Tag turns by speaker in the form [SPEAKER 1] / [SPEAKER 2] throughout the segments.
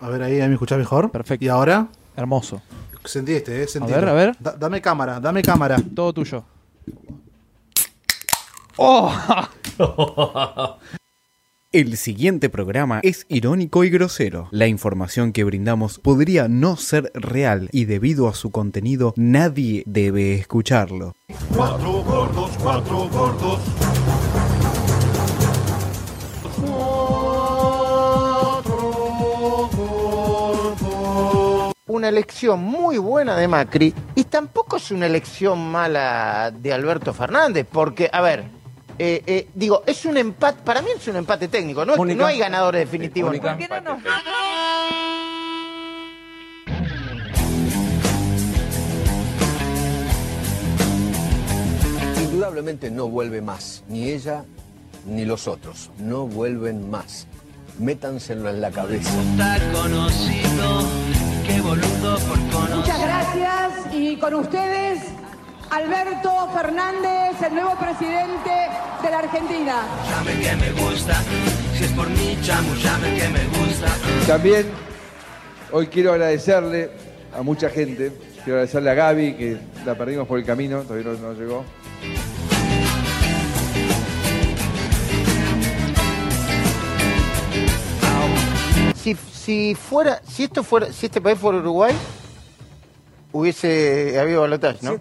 [SPEAKER 1] A ver ahí, ahí me escuchás mejor.
[SPEAKER 2] Perfecto.
[SPEAKER 1] ¿Y ahora?
[SPEAKER 2] Hermoso.
[SPEAKER 1] Sentí este, eh. Sentí.
[SPEAKER 2] ver, a ver.
[SPEAKER 1] Da- dame cámara, dame cámara.
[SPEAKER 2] Todo tuyo. ¡Oh!
[SPEAKER 3] El siguiente programa es irónico y grosero. La información que brindamos podría no ser real y debido a su contenido nadie debe escucharlo.
[SPEAKER 4] Cuatro gordos, cuatro gordos.
[SPEAKER 5] una elección muy buena de Macri y tampoco es una elección mala de Alberto Fernández, porque, a ver, eh, eh, digo, es un empate, para mí es un empate técnico, no, es-
[SPEAKER 2] Mónica.
[SPEAKER 5] no hay ganadores definitivos.
[SPEAKER 2] Mónica.
[SPEAKER 6] ¿Por qué no nos-
[SPEAKER 7] Indudablemente no vuelve más, ni ella ni los otros, no vuelven más. Métanselo en la cabeza.
[SPEAKER 8] Muchas gracias y con ustedes Alberto Fernández, el nuevo presidente de la Argentina.
[SPEAKER 9] También hoy quiero agradecerle a mucha gente. Quiero agradecerle a Gaby, que la perdimos por el camino, todavía no, no llegó.
[SPEAKER 5] Si, si fuera, si esto fuera, si este país fuera Uruguay, hubiese habido balotaje, ¿no?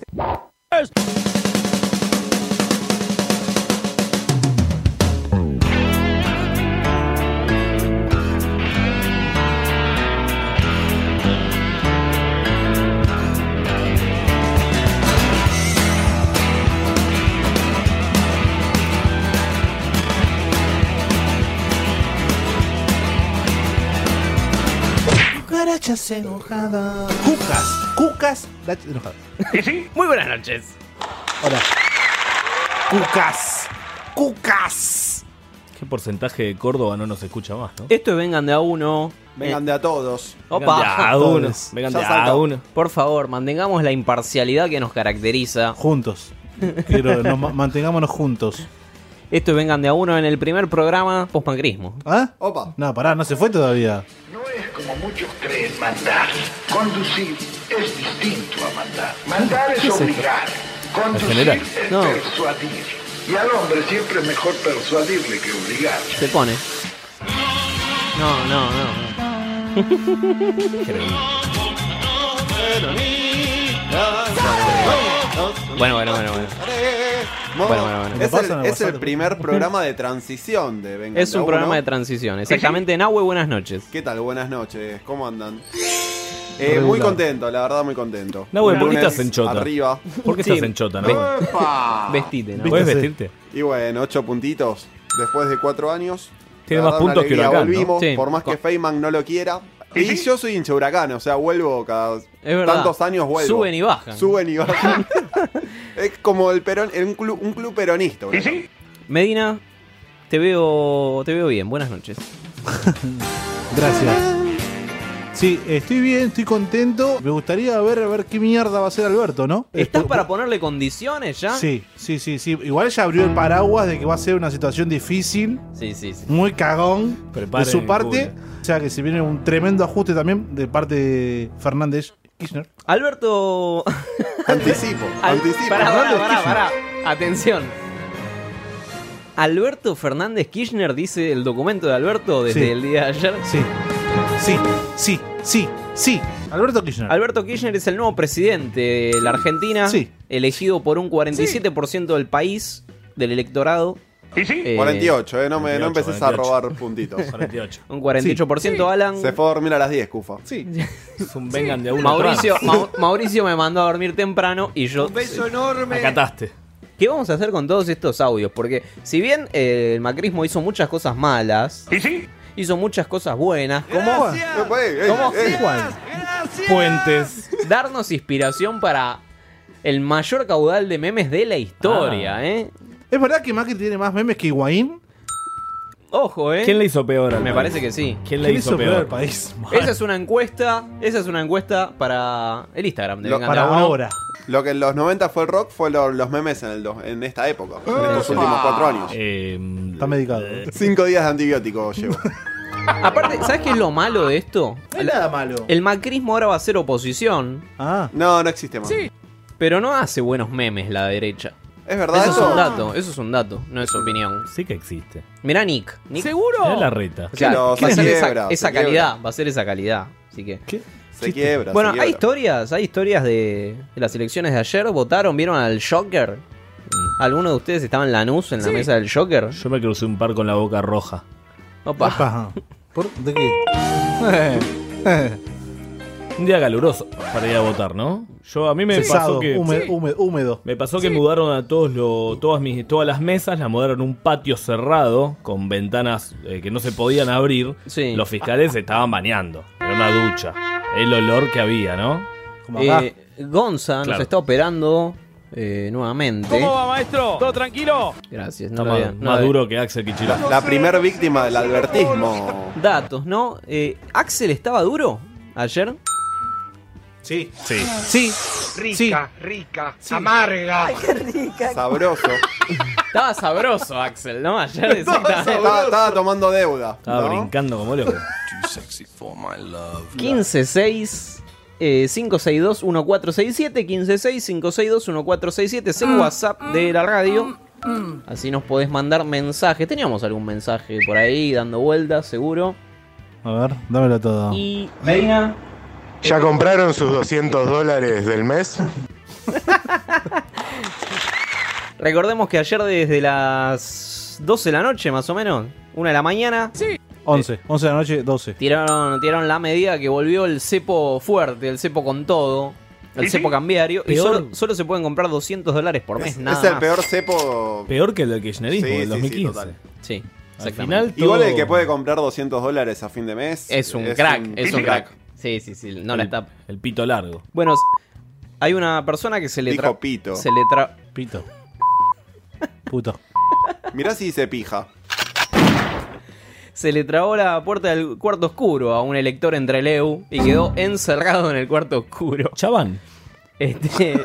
[SPEAKER 1] Cucarachas enojadas. Cucas, cucas la- enojadas.
[SPEAKER 10] Muy buenas noches.
[SPEAKER 1] Hola. Cucas, cucas.
[SPEAKER 10] ¿Qué porcentaje de Córdoba no nos escucha más, no?
[SPEAKER 11] Esto es Vengan de a uno. Eh,
[SPEAKER 12] Vengan de a todos.
[SPEAKER 11] Opa.
[SPEAKER 10] Vengan de a uno. Vengan
[SPEAKER 12] Ya
[SPEAKER 10] de a
[SPEAKER 12] saltó.
[SPEAKER 10] uno.
[SPEAKER 11] Por favor, mantengamos la imparcialidad que nos caracteriza.
[SPEAKER 1] Juntos. Quiero, nos ma- mantengámonos juntos.
[SPEAKER 11] Esto es Vengan de a uno en el primer programa postmacrismo.
[SPEAKER 1] ¿Ah?
[SPEAKER 12] Opa.
[SPEAKER 1] No, pará, no se fue todavía.
[SPEAKER 4] No es como muchos creen mandar. Conducir es distinto a mandar. Mandar es obligar. Conducir
[SPEAKER 10] general.
[SPEAKER 4] es
[SPEAKER 11] No.
[SPEAKER 4] persuadir. Y al hombre siempre es mejor persuadirle que obligar.
[SPEAKER 11] Se pone. No, no, no. Bueno, bueno, bueno, bueno.
[SPEAKER 12] Mo-
[SPEAKER 11] Bueno, bueno, bueno.
[SPEAKER 12] Es,
[SPEAKER 1] Lo pasan
[SPEAKER 12] el,
[SPEAKER 1] a
[SPEAKER 12] es el
[SPEAKER 1] vosotros.
[SPEAKER 12] primer programa de transición de Vengan
[SPEAKER 11] Es
[SPEAKER 12] de a
[SPEAKER 11] un
[SPEAKER 12] uno.
[SPEAKER 11] programa de transición. Exactamente, Nahue, buenas noches.
[SPEAKER 12] ¿Qué tal? Buenas noches. ¿Cómo andan? Eh,
[SPEAKER 1] Regular.
[SPEAKER 12] muy contento, la verdad, muy contento.
[SPEAKER 10] Nahue, ¿por qué
[SPEAKER 12] Lunes
[SPEAKER 10] estás en chota?
[SPEAKER 12] Arriba.
[SPEAKER 10] ¿Por qué estás en chota, no?
[SPEAKER 12] ¡Epa!
[SPEAKER 11] Vestite, ¿no?
[SPEAKER 10] ¿Puedes
[SPEAKER 1] Vístase.
[SPEAKER 10] vestirte?
[SPEAKER 12] Y bueno, ocho puntitos después de cuatro años.
[SPEAKER 10] Tiene
[SPEAKER 12] La
[SPEAKER 10] más
[SPEAKER 12] verdad,
[SPEAKER 10] puntos
[SPEAKER 12] una
[SPEAKER 10] que
[SPEAKER 12] alegría.
[SPEAKER 10] Huracán, ¿no?
[SPEAKER 12] Volvimos,
[SPEAKER 11] Sí.
[SPEAKER 12] por más que Feynman no lo quiera. Y yo soy hincha huracán, o sea, vuelvo cada
[SPEAKER 11] Es verdad.
[SPEAKER 12] tantos años vuelvo.
[SPEAKER 11] Suben y bajan.
[SPEAKER 12] Suben y bajan. es como el perón, un club, un club peronista. Huracán.
[SPEAKER 11] Medina, te veo, te veo bien. Buenas noches.
[SPEAKER 1] Gracias. Sí, estoy bien, estoy contento. Me gustaría ver, a ver qué mierda va a ser Alberto, ¿no?
[SPEAKER 11] ¿Estás
[SPEAKER 1] Eh,
[SPEAKER 11] para ponerle condiciones ya?
[SPEAKER 1] Sí, sí, sí, sí. Igual ya abrió el paraguas de que va a ser una situación difícil,
[SPEAKER 11] sí, sí. sí.
[SPEAKER 1] muy cagón
[SPEAKER 10] Preparen
[SPEAKER 1] de su
[SPEAKER 10] el
[SPEAKER 1] parte.
[SPEAKER 10] culo.
[SPEAKER 1] O sea que se viene un tremendo ajuste también de parte de Fernández Kirchner.
[SPEAKER 11] Alberto.
[SPEAKER 12] Anticipo,
[SPEAKER 11] Al-
[SPEAKER 12] anticipo.
[SPEAKER 11] Pará,
[SPEAKER 12] Fernández
[SPEAKER 11] pará, pará,
[SPEAKER 12] Kirchner.
[SPEAKER 11] pará. Atención. Alberto Fernández Kirchner dice el documento de Alberto desde
[SPEAKER 1] Sí.
[SPEAKER 11] el día de ayer.
[SPEAKER 1] Sí, sí, sí, sí, sí. Alberto Kirchner.
[SPEAKER 11] Alberto Kirchner es el nuevo presidente de la Argentina,
[SPEAKER 1] Sí.
[SPEAKER 11] elegido por un 47% del país, del electorado. Eh,
[SPEAKER 12] 48, eh, no, me, no
[SPEAKER 10] 48,
[SPEAKER 12] empecés a
[SPEAKER 10] 48.
[SPEAKER 12] robar puntitos.
[SPEAKER 10] 48.
[SPEAKER 11] Un 48%, Alan.
[SPEAKER 12] Se fue a dormir a las 10, Cufa.
[SPEAKER 1] sí.
[SPEAKER 10] Es un vengan de a uno.
[SPEAKER 11] Mauricio, Mau- Mauricio me mandó a dormir temprano y yo...
[SPEAKER 10] atrás. Acataste.
[SPEAKER 11] ¿Qué vamos a hacer con todos estos audios? Porque si bien eh, el macrismo hizo muchas cosas malas, hizo muchas cosas buenas, como
[SPEAKER 12] No
[SPEAKER 11] pues,
[SPEAKER 12] puede, eh,
[SPEAKER 1] ¿Cómo?
[SPEAKER 12] eh.
[SPEAKER 1] Juan?
[SPEAKER 10] Puentes.
[SPEAKER 11] darnos inspiración para el mayor caudal de memes de la historia,
[SPEAKER 10] Ah.
[SPEAKER 11] ¿eh?
[SPEAKER 1] ¿Es verdad que Macri tiene más memes que Higuaín?
[SPEAKER 11] Ojo, ¿eh?
[SPEAKER 10] ¿Quién le hizo peor al
[SPEAKER 11] Me
[SPEAKER 10] país?
[SPEAKER 11] parece que sí.
[SPEAKER 10] ¿Quién le hizo, peor?
[SPEAKER 1] al país?
[SPEAKER 11] Esa es una encuesta, esa es una encuesta para el Instagram de
[SPEAKER 12] Lo-
[SPEAKER 11] Vengan de
[SPEAKER 1] Para
[SPEAKER 11] a Uno.
[SPEAKER 1] ahora.
[SPEAKER 12] Lo que en los 90 fue el rock fue lo- los memes en, el do- en esta
[SPEAKER 11] Ah.
[SPEAKER 12] época, en estos últimos cuatro años.
[SPEAKER 10] Eh,
[SPEAKER 1] Está medicado.
[SPEAKER 12] Cinco días de antibiótico llevo.
[SPEAKER 11] Aparte, ¿sabes qué es lo malo de esto?
[SPEAKER 1] No es nada malo.
[SPEAKER 11] El macrismo ahora va a ser oposición.
[SPEAKER 1] Ah.
[SPEAKER 12] No, no existe más.
[SPEAKER 11] Sí. Pero no hace buenos memes la derecha.
[SPEAKER 12] ¿Es verdad
[SPEAKER 11] Eso es
[SPEAKER 12] eso?
[SPEAKER 11] un dato, eso es un dato, no es opinión.
[SPEAKER 10] Sí que existe.
[SPEAKER 11] Mirá Nick. Nick
[SPEAKER 10] ¿Seguro? Mirá la reta.
[SPEAKER 11] O sea,
[SPEAKER 12] Sí, no,
[SPEAKER 11] va a
[SPEAKER 12] se
[SPEAKER 11] ser
[SPEAKER 12] quiebra,
[SPEAKER 11] esa,
[SPEAKER 12] se
[SPEAKER 11] esa
[SPEAKER 12] quiebra.
[SPEAKER 11] calidad, va a ser esa calidad. Así que.
[SPEAKER 12] Se quiebra.
[SPEAKER 11] Bueno,
[SPEAKER 12] se
[SPEAKER 11] hay
[SPEAKER 12] quiebra.
[SPEAKER 11] historias, hay historias de, de las elecciones de ayer. ¿Votaron? ¿Vieron al Joker? ¿Alguno de ustedes estaba en Lanús en la mesa del Joker?
[SPEAKER 10] Mm. Yo me crucé un par con la boca roja.
[SPEAKER 11] Opa.
[SPEAKER 1] Opa. ¿Por? ¿De Eh, qué?
[SPEAKER 10] Un día caluroso para ir a votar, ¿no? Yo a mí me pasó
[SPEAKER 1] Pesado,
[SPEAKER 10] que
[SPEAKER 1] húmedo,
[SPEAKER 10] Sí.
[SPEAKER 1] húmedo, húmedo.
[SPEAKER 10] me pasó que mudaron a todos lo- todas mis todas las mesas, las mudaron a un patio cerrado con ventanas eh, que no se podían abrir.
[SPEAKER 11] Sí.
[SPEAKER 10] Los fiscales se estaban bañando. Era una ducha. El olor que había, ¿no?
[SPEAKER 1] Como acá.
[SPEAKER 11] Eh, Gonza nos
[SPEAKER 10] Claro.
[SPEAKER 11] está operando eh, nuevamente.
[SPEAKER 10] maestro? ¿Todo tranquilo?
[SPEAKER 11] Gracias,
[SPEAKER 10] Está
[SPEAKER 11] no lo
[SPEAKER 10] más,
[SPEAKER 11] había- no eh. lo
[SPEAKER 10] más
[SPEAKER 11] había-
[SPEAKER 10] duro que Axel Kichiro.
[SPEAKER 12] La, primera víctima del advertismo.
[SPEAKER 11] Datos, ¿no? Eh, ¿Axel estaba duro ayer?
[SPEAKER 1] Sí.
[SPEAKER 10] Sí.
[SPEAKER 1] Sí. Sí.
[SPEAKER 13] rica, amarga.
[SPEAKER 12] Sabroso.
[SPEAKER 11] Estaba sabroso, Axel, ¿no? Ayer exactamente.
[SPEAKER 12] estaba, estaba tomando deuda.
[SPEAKER 10] Estaba
[SPEAKER 12] ¿no?
[SPEAKER 10] brincando como loco.
[SPEAKER 11] 156 eh, 562 1467 156 562 1467 es el WhatsApp de la radio.
[SPEAKER 8] Mm.
[SPEAKER 11] Así nos podés mandar mensajes. Teníamos algún mensaje por ahí dando vueltas, seguro.
[SPEAKER 1] A ver, dámelo todo.
[SPEAKER 11] Y venga,
[SPEAKER 14] ¿Ya compraron sus 200 dólares del mes?
[SPEAKER 11] recordemos que ayer desde las 12 de la noche más o menos, una de la mañana,
[SPEAKER 1] 11. 11 de la noche, 12.
[SPEAKER 11] tiraron, tiraron la medida que volvió el cepo fuerte, el cepo con todo, el cepo cambiario. Y
[SPEAKER 10] Peor.
[SPEAKER 11] solo, solo se pueden comprar 200 dólares por mes,
[SPEAKER 12] Es,
[SPEAKER 11] nada
[SPEAKER 12] es el
[SPEAKER 11] más.
[SPEAKER 12] peor cepo.
[SPEAKER 10] Peor que el del kirchnerismo
[SPEAKER 12] Sí,
[SPEAKER 10] del
[SPEAKER 12] sí, sí,
[SPEAKER 10] 2015.
[SPEAKER 12] total.
[SPEAKER 11] Sí,
[SPEAKER 10] Al
[SPEAKER 11] exactamente.
[SPEAKER 10] final todo...
[SPEAKER 12] Igual el que puede comprar 200 dólares a fin de mes.
[SPEAKER 11] Es un crack, es un crack.
[SPEAKER 12] crack.
[SPEAKER 11] Sí, sí, sí, no la
[SPEAKER 10] el-
[SPEAKER 11] está.
[SPEAKER 10] El pito largo.
[SPEAKER 11] Bueno, s- hay una persona que se le
[SPEAKER 12] Dijo
[SPEAKER 11] tra...
[SPEAKER 12] pito.
[SPEAKER 11] Se le tra...
[SPEAKER 1] Pito. Puto.
[SPEAKER 12] Mirá si dice pija.
[SPEAKER 11] se le trabó la puerta del cuarto oscuro a un elector entre Leu y quedó encerrado en el cuarto oscuro.
[SPEAKER 10] Chaván.
[SPEAKER 11] Este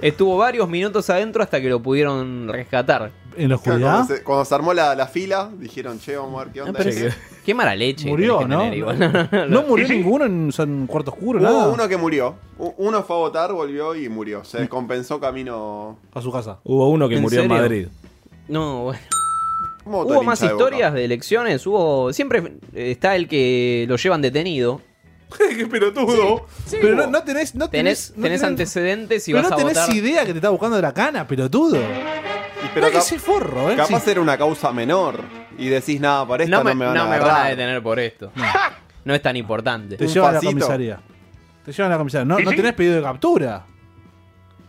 [SPEAKER 11] estuvo varios minutos adentro hasta que lo pudieron rescatar.
[SPEAKER 1] ¿En la
[SPEAKER 12] Claro,
[SPEAKER 1] oscuridad?
[SPEAKER 12] Cuando se, cuando se armó la, la fila, dijeron, che, vamos a ver qué
[SPEAKER 11] No,
[SPEAKER 12] onda.
[SPEAKER 11] pero
[SPEAKER 12] es.
[SPEAKER 11] es- Qué mala leche. que
[SPEAKER 1] Murió,
[SPEAKER 11] tenés que
[SPEAKER 1] ¿no?
[SPEAKER 11] tener, igual.
[SPEAKER 1] No, murió ninguno en, o sea, en cuarto oscuro, nada.
[SPEAKER 12] Hubo uno que murió. U- Uno fue a votar, volvió y murió. Se descompensó camino.
[SPEAKER 1] A su casa.
[SPEAKER 10] Hubo uno que
[SPEAKER 11] ¿En
[SPEAKER 10] murió
[SPEAKER 11] serio?
[SPEAKER 10] en Madrid.
[SPEAKER 11] No, bueno.
[SPEAKER 12] ¿Cómo votó
[SPEAKER 11] Hubo
[SPEAKER 12] el
[SPEAKER 11] más
[SPEAKER 12] hincha de Boca?
[SPEAKER 11] historias de elecciones, hubo. Siempre eh, está el que lo llevan detenido.
[SPEAKER 1] ¡Qué pelotudo! pero no, no tenés... No tenés,
[SPEAKER 11] Tenés,
[SPEAKER 1] no
[SPEAKER 11] tenés antecedentes y
[SPEAKER 1] pero
[SPEAKER 11] vas
[SPEAKER 1] no
[SPEAKER 11] a
[SPEAKER 1] tenés
[SPEAKER 11] votar.
[SPEAKER 1] idea que te está buscando de la cana, pelotudo.
[SPEAKER 12] Y-
[SPEAKER 1] Pero
[SPEAKER 12] pero
[SPEAKER 1] que
[SPEAKER 12] cap-
[SPEAKER 1] ese forro, ¿eh?
[SPEAKER 12] capaz
[SPEAKER 1] Sí.
[SPEAKER 12] era una causa menor. Y decís, nada, por este esta
[SPEAKER 11] no
[SPEAKER 12] no
[SPEAKER 11] me,
[SPEAKER 12] me, van
[SPEAKER 11] no
[SPEAKER 12] a
[SPEAKER 11] me
[SPEAKER 12] agarrar.
[SPEAKER 11] van a detener por esto. No, es tan importante.
[SPEAKER 1] Te
[SPEAKER 12] un
[SPEAKER 1] llevan a la
[SPEAKER 12] pasito.
[SPEAKER 1] comisaría. Te llevan a la comisaría. No, no tenés pedido de captura.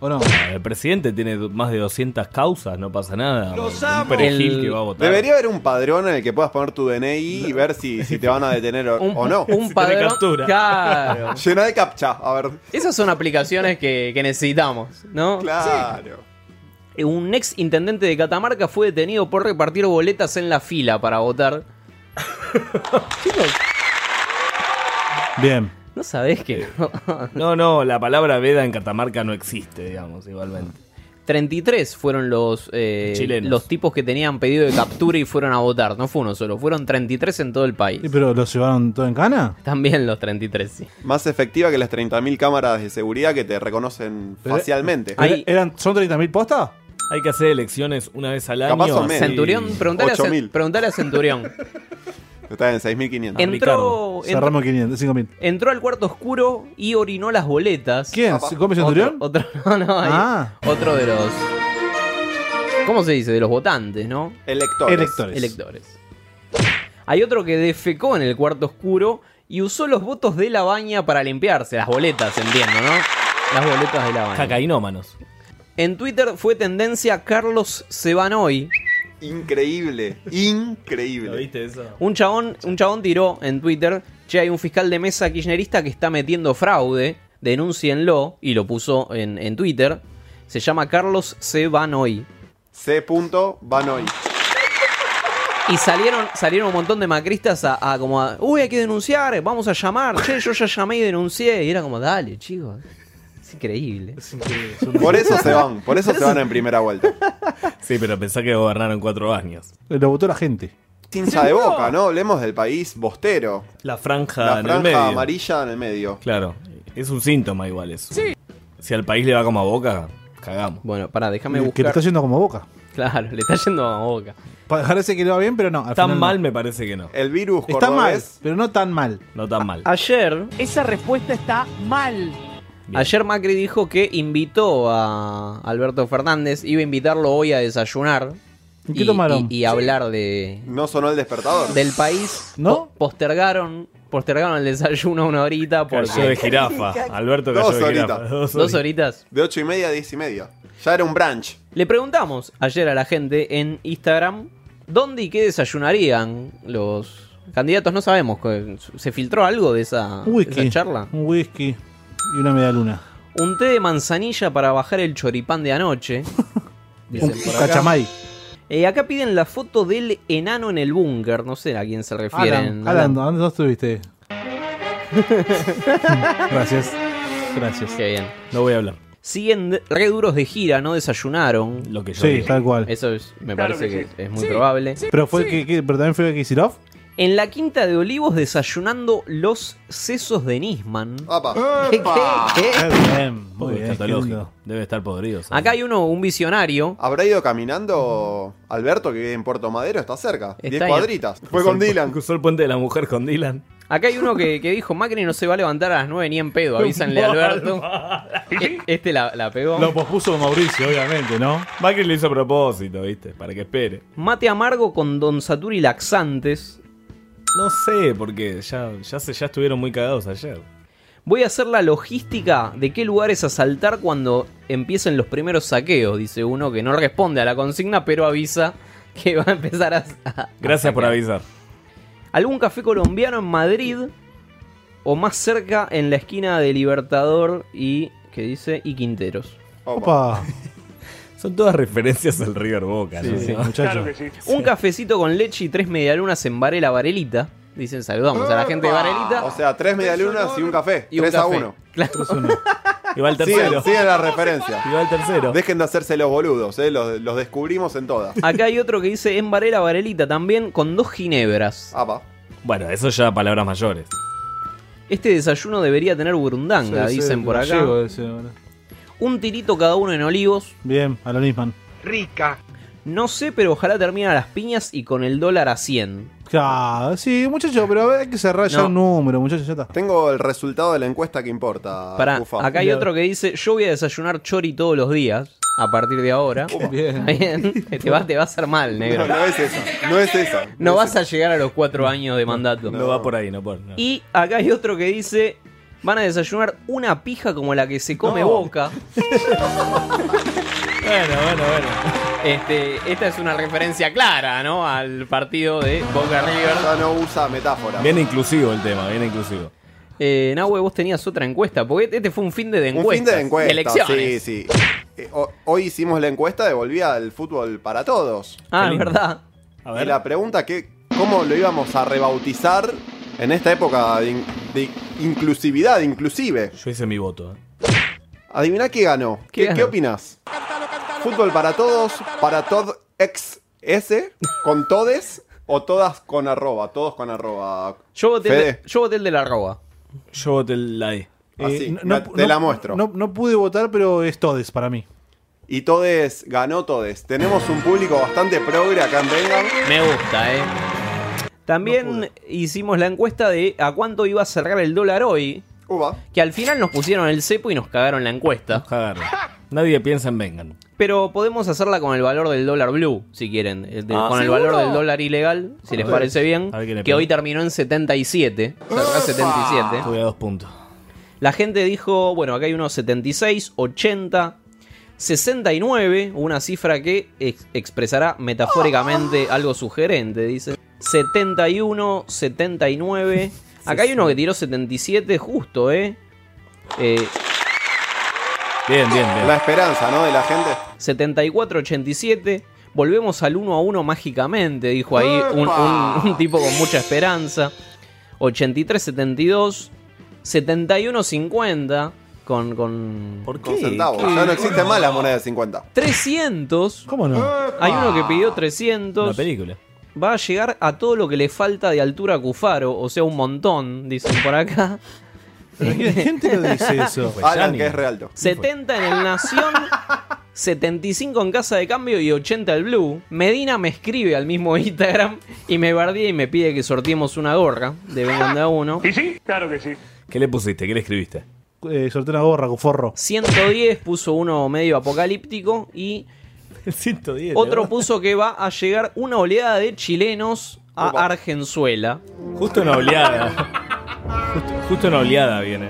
[SPEAKER 1] ¿O no?
[SPEAKER 10] El presidente tiene du- más de 200 causas, no pasa nada. Un perejil
[SPEAKER 11] El-
[SPEAKER 10] que va a votar.
[SPEAKER 12] Debería haber un padrón en el que puedas poner tu DNI y ver si, si te van a detener o,
[SPEAKER 11] un,
[SPEAKER 12] o no.
[SPEAKER 11] Un
[SPEAKER 10] Si tenés
[SPEAKER 11] padrón.
[SPEAKER 10] captura.
[SPEAKER 11] Claro.
[SPEAKER 12] Llena de captcha, a ver.
[SPEAKER 11] Esas son aplicaciones que, que necesitamos, ¿no?
[SPEAKER 12] Claro.
[SPEAKER 11] Eh, Un ex intendente de Catamarca fue detenido por repartir boletas en la fila para votar.
[SPEAKER 1] Bien.
[SPEAKER 11] No sabés qué.
[SPEAKER 10] No, no, la palabra veda en Catamarca no existe, digamos, igualmente.
[SPEAKER 11] 33 fueron los, eh,
[SPEAKER 10] Chilenos.
[SPEAKER 11] los tipos que tenían pedido de captura y fueron a votar. No fue uno solo, fueron 33 en todo el país.
[SPEAKER 1] ¿Y ¿Pero los llevaron todo en cana?
[SPEAKER 11] También los 33, sí.
[SPEAKER 12] Más efectiva que las 30.000 cámaras de seguridad que te reconocen
[SPEAKER 1] Pero-
[SPEAKER 12] facialmente.
[SPEAKER 11] Ay, Ahí-
[SPEAKER 1] ¿Era- Eran, ¿Son 30.000 postas?
[SPEAKER 10] Hay que hacer elecciones una vez al año.
[SPEAKER 12] Capaz son
[SPEAKER 10] así-
[SPEAKER 12] menos.
[SPEAKER 11] Centurión, preguntale a, Cen-
[SPEAKER 12] 8.000.
[SPEAKER 11] preguntale a Centurión.
[SPEAKER 12] Está en 6.500.
[SPEAKER 11] Entró, entró,
[SPEAKER 1] Cerramos 500, 5.000.
[SPEAKER 11] entró al cuarto oscuro y orinó las boletas.
[SPEAKER 1] ¿Quién?
[SPEAKER 12] Papá.
[SPEAKER 1] ¿Gómez Centurión?
[SPEAKER 11] Otro, otro- no, no, ahí.
[SPEAKER 1] Ah.
[SPEAKER 11] Otro de los. ¿Cómo se dice? De los votantes, ¿no?
[SPEAKER 12] Electores.
[SPEAKER 1] Electores.
[SPEAKER 11] Electores. Hay otro que defecó en el cuarto oscuro y usó los votos de la baña para limpiarse. Las boletas, entiendo, ¿no? Las boletas de la baña.
[SPEAKER 10] Cacainómanos.
[SPEAKER 11] En Twitter fue tendencia Carlos Sebanoy.
[SPEAKER 12] Increíble.
[SPEAKER 10] ¿Lo
[SPEAKER 12] Increíble.
[SPEAKER 10] viste eso?
[SPEAKER 11] Un chabón, un chabón tiró en Twitter, che, hay un fiscal de mesa kirchnerista que está metiendo fraude, denúncienlo, y lo puso en, en Twitter. Se llama Carlos Sebanoy.
[SPEAKER 12] C. Banoy.
[SPEAKER 11] Y salieron, salieron un montón de macristas a, a como a, uy, hay que denunciar, vamos a llamar, che, yo ya llamé y denuncié. Y era como, dale, chicos. Es increíble.
[SPEAKER 12] Por eso se van. Por eso se van en primera vuelta.
[SPEAKER 10] Sí, pero pensá que gobernaron cuatro años.
[SPEAKER 1] Lo votó Eh, la gente.
[SPEAKER 12] Tinza de boca, ¿no? Hablemos del país bostero.
[SPEAKER 10] La franja
[SPEAKER 12] La
[SPEAKER 10] en
[SPEAKER 12] franja
[SPEAKER 10] el medio.
[SPEAKER 12] amarilla en el medio.
[SPEAKER 10] Claro, es un síntoma igual eso. Si al país le va como a boca, cagamos.
[SPEAKER 11] Bueno, pará, déjame
[SPEAKER 1] Eh, Que le está yendo como boca.
[SPEAKER 11] Claro, le está yendo a boca.
[SPEAKER 1] Parece que le va bien, pero no. al
[SPEAKER 11] Tan
[SPEAKER 1] final no.
[SPEAKER 11] mal
[SPEAKER 10] me parece que no.
[SPEAKER 12] El virus
[SPEAKER 1] Está mal, pero no tan mal.
[SPEAKER 10] No tan mal.
[SPEAKER 11] Ayer,
[SPEAKER 6] Esa respuesta está mal.
[SPEAKER 11] ayer Macri dijo que invitó a Alberto Fernández, iba a invitarlo hoy a desayunar.
[SPEAKER 12] ¿Y qué tomaron?
[SPEAKER 11] y- y hablar de,
[SPEAKER 12] No sonó el despertador.
[SPEAKER 11] del país ¿No? postergaron postergaron el desayuno una horita porque
[SPEAKER 12] Cayó de jirafa.
[SPEAKER 10] Alberto
[SPEAKER 12] Dos horitas.
[SPEAKER 11] Dos horitas.
[SPEAKER 12] De 8 y media a 10 y media. Ya era un brunch.
[SPEAKER 11] Le preguntamos ayer a la gente en Instagram dónde y qué desayunarían los candidatos, no sabemos, que- se filtró algo de esa,
[SPEAKER 1] Un
[SPEAKER 11] de
[SPEAKER 1] whisky.
[SPEAKER 11] esa charla.
[SPEAKER 1] Un whisky y una media luna.
[SPEAKER 11] Un té de manzanilla para bajar el choripán de anoche. dicen
[SPEAKER 1] Un
[SPEAKER 11] por acá.
[SPEAKER 1] cachamay.
[SPEAKER 11] Eh, acá piden la foto del enano en el búnker, no sé a quién se refieren.
[SPEAKER 1] Alan, Alan, ¿dónde vos estuviste? Gracias. Gracias.
[SPEAKER 11] Qué bien.
[SPEAKER 10] No voy a hablar.
[SPEAKER 11] Siguen de- re duros de gira, no desayunaron.
[SPEAKER 10] Lo que
[SPEAKER 1] yo Sí, dije. tal cual.
[SPEAKER 11] Eso es- me
[SPEAKER 1] Claro
[SPEAKER 11] parece
[SPEAKER 1] que
[SPEAKER 11] que,
[SPEAKER 1] sí.
[SPEAKER 11] es muy
[SPEAKER 1] Sí,
[SPEAKER 11] probable.
[SPEAKER 1] pero fue que, que- pero también fue Kisilov.
[SPEAKER 11] En la quinta de Olivos desayunando los sesos de Nisman. ¿Qué, qué, qué?
[SPEAKER 1] bien,
[SPEAKER 10] muy bien, escatológico. Debe estar podrido. ¿sabes?
[SPEAKER 11] Acá hay uno, un visionario.
[SPEAKER 12] ¿Habrá ido caminando Alberto, que vive en Puerto Madero? Está cerca. 10
[SPEAKER 11] ahí.
[SPEAKER 12] cuadritas. Fue
[SPEAKER 10] Cruzó
[SPEAKER 12] con
[SPEAKER 10] el-
[SPEAKER 12] Dylan.
[SPEAKER 10] Cruzó el puente de la mujer con Dylan.
[SPEAKER 11] Acá hay uno que, que dijo, Macri no se va a levantar a las 9 ni en pedo, avísanle a Alberto. E- Este la, la pegó.
[SPEAKER 10] Lo pospuso Mauricio, obviamente, ¿no? Macri lo hizo a propósito, ¿viste? Para que espere.
[SPEAKER 11] Mate amargo con Don Satur y laxantes.
[SPEAKER 10] No sé, porque ya, ya, se, ya estuvieron muy cagados ayer.
[SPEAKER 11] Voy a hacer la logística de qué lugares asaltar cuando empiecen los primeros saqueos, dice uno que no responde a la consigna, pero avisa que va a empezar a. a-
[SPEAKER 10] Gracias por avisar.
[SPEAKER 11] ¿Algún café colombiano en Madrid? O más cerca en la esquina de Libertador y. ¿Qué dice? Y Quinteros.
[SPEAKER 1] Opa.
[SPEAKER 10] Son todas referencias al River Boca,
[SPEAKER 11] Sí,
[SPEAKER 10] ¿no?
[SPEAKER 11] sí,
[SPEAKER 10] ¿No?
[SPEAKER 11] muchacho. Claro que Un cafecito con leche y tres medialunas en Varela Varelita. Dicen saludamos a la gente de Varelita.
[SPEAKER 1] Ah.
[SPEAKER 12] O sea, tres medialunas y un café.
[SPEAKER 11] Y un
[SPEAKER 12] 3 a
[SPEAKER 11] café.
[SPEAKER 12] 1.
[SPEAKER 10] Iba el
[SPEAKER 12] Sigue,
[SPEAKER 10] tercero.
[SPEAKER 12] sigue la referencia.
[SPEAKER 10] Iba el tercero.
[SPEAKER 12] Dejen de hacerse los boludos, eh, los, los descubrimos en todas.
[SPEAKER 11] Acá hay otro que dice en Varela Varelita también con dos ginebras.
[SPEAKER 10] Bueno, eso ya palabras mayores.
[SPEAKER 11] Este desayuno debería tener burundanga,
[SPEAKER 1] Sí, eh. sí,
[SPEAKER 11] dicen por acá.
[SPEAKER 1] gallego ese, bueno.
[SPEAKER 11] Un tirito cada uno en olivos.
[SPEAKER 1] Bien, a lo Nisman.
[SPEAKER 11] Rica. No sé, pero ojalá terminen a las piñas y con el dólar a 100.
[SPEAKER 1] Claro, sí, muchachos, pero hay que cerrar ya
[SPEAKER 11] No.
[SPEAKER 1] un número, muchachos, ya está.
[SPEAKER 12] Tengo el resultado de la encuesta que importa.
[SPEAKER 11] Pará,
[SPEAKER 12] Ah, Ufa.
[SPEAKER 11] acá hay otro que dice, yo voy a desayunar chori todos los días, a partir de ahora.
[SPEAKER 1] Bien.
[SPEAKER 11] Bien. Te va, te va a hacer mal, negro.
[SPEAKER 12] No, no es eso. No es eso.
[SPEAKER 11] No vas a llegar a los cuatro años de mandato.
[SPEAKER 10] No va por ahí, no por. no.
[SPEAKER 11] Y acá hay otro que dice, van a desayunar una pija como la que se come
[SPEAKER 10] No.
[SPEAKER 11] boca.
[SPEAKER 10] bueno, bueno, bueno.
[SPEAKER 11] Este, esta es una referencia clara, ¿no? Al partido de Boca River.
[SPEAKER 12] Ya no usa metáfora.
[SPEAKER 10] Bien inclusivo el tema, bien inclusivo.
[SPEAKER 11] Eh, Nahue, vos tenías otra encuesta, porque este fue un fin de, de
[SPEAKER 12] Un fin
[SPEAKER 11] encuestas,
[SPEAKER 12] de encuesta.
[SPEAKER 11] elecciones.
[SPEAKER 12] Sí, sí. Eh, ho- hoy hicimos la encuesta de Volvía al Fútbol para Todos.
[SPEAKER 11] Ah, es verdad.
[SPEAKER 12] Y la pregunta que, ¿cómo lo íbamos a rebautizar en esta época de, in- de inclusividad, inclusive?
[SPEAKER 10] Yo hice mi voto. eh.
[SPEAKER 12] Adiviná qué ganó. ¿Qué,
[SPEAKER 10] ganó?
[SPEAKER 12] qué opinás? ¿Fútbol para todos, para todo ex S, con todes o todas con arroba? Todos con arroba.
[SPEAKER 11] Yo voté, el
[SPEAKER 12] Fede.
[SPEAKER 11] de, yo voté el de la arroba.
[SPEAKER 10] Yo voté la E.
[SPEAKER 12] Así, la- te la muestro.
[SPEAKER 1] eh, No, no pude votar, pero es Todes para mí.
[SPEAKER 12] Y todes, ganó todes. Tenemos un público bastante progre acá en Vengan.
[SPEAKER 11] Me gusta, eh. También hicimos la encuesta de a cuánto iba a cerrar el dólar hoy. Que al final nos pusieron el cepo y nos cagaron la encuesta.
[SPEAKER 10] cagaron. Nadie piensa en vengan.
[SPEAKER 11] Pero podemos hacerla con el valor del dólar blue, si quieren. El de-
[SPEAKER 10] Ah,
[SPEAKER 11] con el
[SPEAKER 10] ¿seguro?
[SPEAKER 11] valor del dólar ilegal, si les
[SPEAKER 10] A ver.
[SPEAKER 11] parece bien.
[SPEAKER 10] A ver qué le
[SPEAKER 11] Que
[SPEAKER 10] pega.
[SPEAKER 11] hoy terminó en 77. Cerró a 77.
[SPEAKER 10] Estuve a dos puntos.
[SPEAKER 11] La gente dijo, bueno, acá hay unos 76, 80, 69, una cifra que ex- expresará metafóricamente algo sugerente, dice. 71, 79. Acá hay uno que tiró 77 justo, ¿eh? eh
[SPEAKER 10] bien, bien,
[SPEAKER 12] La esperanza, ¿no? De la gente.
[SPEAKER 11] 74, 87. Volvemos al 1 a 1 mágicamente, dijo ahí un,
[SPEAKER 12] ¡Epa!
[SPEAKER 11] un- un tipo con mucha esperanza. 83, 72. 71, 50. Con, con,
[SPEAKER 12] Con centavos. Ya no existe más la moneda de 50.
[SPEAKER 11] 300.
[SPEAKER 1] ¿Cómo no?
[SPEAKER 11] Hay uno que pidió 300.
[SPEAKER 10] Una película.
[SPEAKER 11] va a llegar a todo lo que le falta de altura a Cufaro, o sea, un montón, dicen por acá.
[SPEAKER 1] ¿Quién te lo dice eso?
[SPEAKER 12] Alan, que es realto.
[SPEAKER 11] 70 en el Nación, 75 en Casa de Cambio y 80 el Blue. Medina me escribe al mismo Instagram y me bardea y me pide que sorteemos una gorra de Vengan de a Uno. ¿Y sí? Claro que sí.
[SPEAKER 10] ¿Qué le pusiste? ¿Qué le escribiste?
[SPEAKER 1] Eh, sorteo una gorra con forro.
[SPEAKER 11] 110 puso uno medio apocalíptico y
[SPEAKER 10] 110.
[SPEAKER 11] otro puso que va a llegar una oleada de chilenos a Argenzuela.
[SPEAKER 10] Justo una oleada. justo, justo una oleada viene.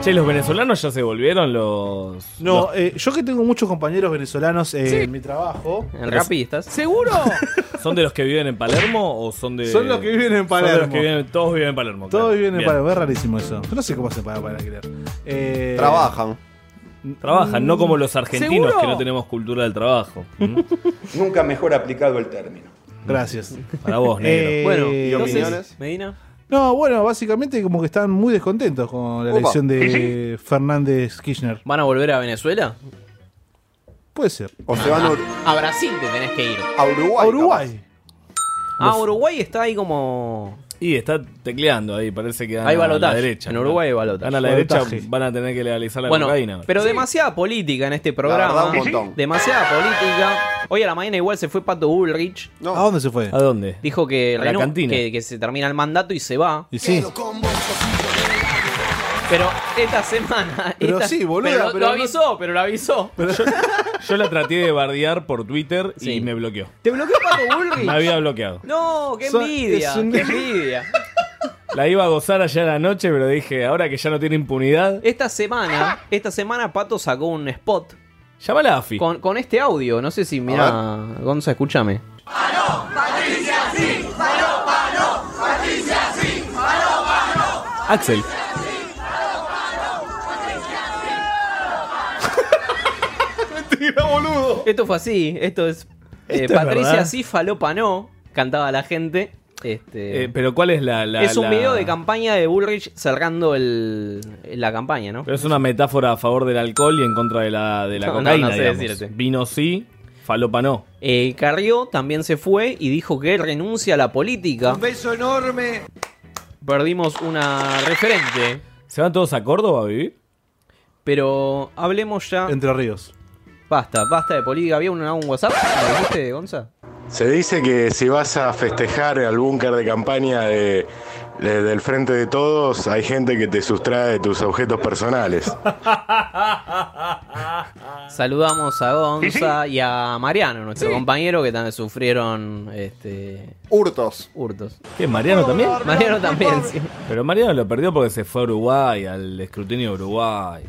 [SPEAKER 10] Che, los venezolanos ya se volvieron los.
[SPEAKER 1] No, eh, yo que tengo muchos compañeros venezolanos eh, en mi trabajo.
[SPEAKER 11] los rapistas.
[SPEAKER 6] ¿Seguro?
[SPEAKER 10] ¿Son de los que viven en Palermo o son de.?
[SPEAKER 1] Son los que viven
[SPEAKER 10] Son
[SPEAKER 1] en
[SPEAKER 10] de
[SPEAKER 1] Palermo.
[SPEAKER 10] los que viven- todos viven en Palermo.
[SPEAKER 1] Todos
[SPEAKER 10] claro.
[SPEAKER 1] viven en
[SPEAKER 10] Bien.
[SPEAKER 1] Palermo, es rarísimo eso. Yo no sé cómo hacen para para alquiler. Eh,
[SPEAKER 12] Trabajan.
[SPEAKER 10] Trabajan, no como los argentinos
[SPEAKER 1] ¿Seguro?
[SPEAKER 10] que no tenemos cultura del trabajo.
[SPEAKER 15] Nunca mejor aplicado el término.
[SPEAKER 1] Gracias.
[SPEAKER 10] Para vos, negro.
[SPEAKER 1] Eh,
[SPEAKER 11] Bueno,
[SPEAKER 1] ¿y
[SPEAKER 11] entonces,
[SPEAKER 1] opiniones?
[SPEAKER 11] Medina.
[SPEAKER 1] No, bueno, básicamente como que están muy descontentos con la
[SPEAKER 11] Opa.
[SPEAKER 1] elección
[SPEAKER 11] ¿Y
[SPEAKER 1] de Fernández Kirchner.
[SPEAKER 11] ¿Van a volver a Venezuela?
[SPEAKER 1] Puede ser.
[SPEAKER 12] O se van
[SPEAKER 11] a Brasil te tenés que ir.
[SPEAKER 12] A Uruguay.
[SPEAKER 1] A Uruguay.
[SPEAKER 11] Ah, Uruguay está ahí como.
[SPEAKER 10] Y está tecleando ahí, parece que gana
[SPEAKER 11] Hay
[SPEAKER 10] a la
[SPEAKER 11] balotaje.
[SPEAKER 10] derecha.
[SPEAKER 11] En Uruguay hay balotaje.
[SPEAKER 10] Gana la derecha,
[SPEAKER 11] Balotaje.
[SPEAKER 10] van a tener que legalizar la
[SPEAKER 11] bueno,
[SPEAKER 10] cocaína. ahora.
[SPEAKER 11] pero demasiada política en este programa.
[SPEAKER 10] verdad, un montón.
[SPEAKER 11] Demasiada política. Hoy a la mañana igual se fue Pato Bullrich.
[SPEAKER 1] ¿A dónde se fue?
[SPEAKER 10] ¿A dónde?
[SPEAKER 11] Dijo que,
[SPEAKER 10] A la
[SPEAKER 11] renun-
[SPEAKER 10] cantina.
[SPEAKER 11] que, que se termina el mandato y se va.
[SPEAKER 1] Y sí.
[SPEAKER 11] Pero esta semana.
[SPEAKER 1] Pero
[SPEAKER 11] esta-
[SPEAKER 1] sí, boluda,
[SPEAKER 11] pero lo-
[SPEAKER 1] pero
[SPEAKER 11] lo
[SPEAKER 1] no-
[SPEAKER 11] avisó, pero lo avisó.
[SPEAKER 10] yo, yo la traté de bardear por Twitter y me bloqueó.
[SPEAKER 11] ¿Te bloqueó Pato Bullrich?
[SPEAKER 10] Me había bloqueado.
[SPEAKER 11] No, qué
[SPEAKER 10] Son-
[SPEAKER 11] envidia.
[SPEAKER 10] es un-
[SPEAKER 11] Qué envidia.
[SPEAKER 10] La iba a gozar allá en la noche, pero dije, ahora que ya no tiene impunidad.
[SPEAKER 11] Esta semana, esta semana Pato sacó un spot.
[SPEAKER 10] Llámala a Afi.
[SPEAKER 11] Con, con este audio, no sé si mira, Gonza, escúchame.
[SPEAKER 13] Patricia, sí, Paloma, no. Patricia, sí, Paloma, no.
[SPEAKER 10] Axel.
[SPEAKER 12] Mentira, boludo.
[SPEAKER 11] Esto fue así, esto es eh,
[SPEAKER 10] Esto es
[SPEAKER 11] Patricia
[SPEAKER 10] verdad.
[SPEAKER 11] sí, falopa no, cantaba la gente. Este,
[SPEAKER 10] Eh, pero ¿cuál es la, la-
[SPEAKER 11] es un
[SPEAKER 10] la-
[SPEAKER 11] video de campaña de Bullrich cerrando el, la campaña, ¿no?
[SPEAKER 10] Pero es una metáfora a favor del alcohol y en contra de la, de la
[SPEAKER 11] No, no,
[SPEAKER 10] cocaína.
[SPEAKER 11] no sé
[SPEAKER 10] digamos.
[SPEAKER 11] decirte.
[SPEAKER 10] Vino sí, falopa no.
[SPEAKER 11] Eh, Carrió también se fue y dijo que renuncia a la política.
[SPEAKER 12] beso enorme.
[SPEAKER 11] Perdimos una referente.
[SPEAKER 10] ¿Se van todos a Córdoba a vivir?
[SPEAKER 11] Pero hablemos ya.
[SPEAKER 1] Entre Ríos.
[SPEAKER 11] Basta, basta de política. ¿Había un, un WhatsApp? ¿Me lo dijiste, Gonza?
[SPEAKER 14] Se dice que si vas a festejar al búnker de campaña de- de- del frente de todos, hay gente que te sustrae de tus objetos personales.
[SPEAKER 11] Saludamos a Gonza y a Mariano, nuestro compañero, que también sufrieron este,
[SPEAKER 12] hurtos.
[SPEAKER 11] hurtos.
[SPEAKER 10] ¿Qué, Mariano también?
[SPEAKER 11] Mariano también, sí.
[SPEAKER 10] Pero Mariano lo perdió porque se fue a Uruguay, al escrutinio de Uruguay.
[SPEAKER 15] y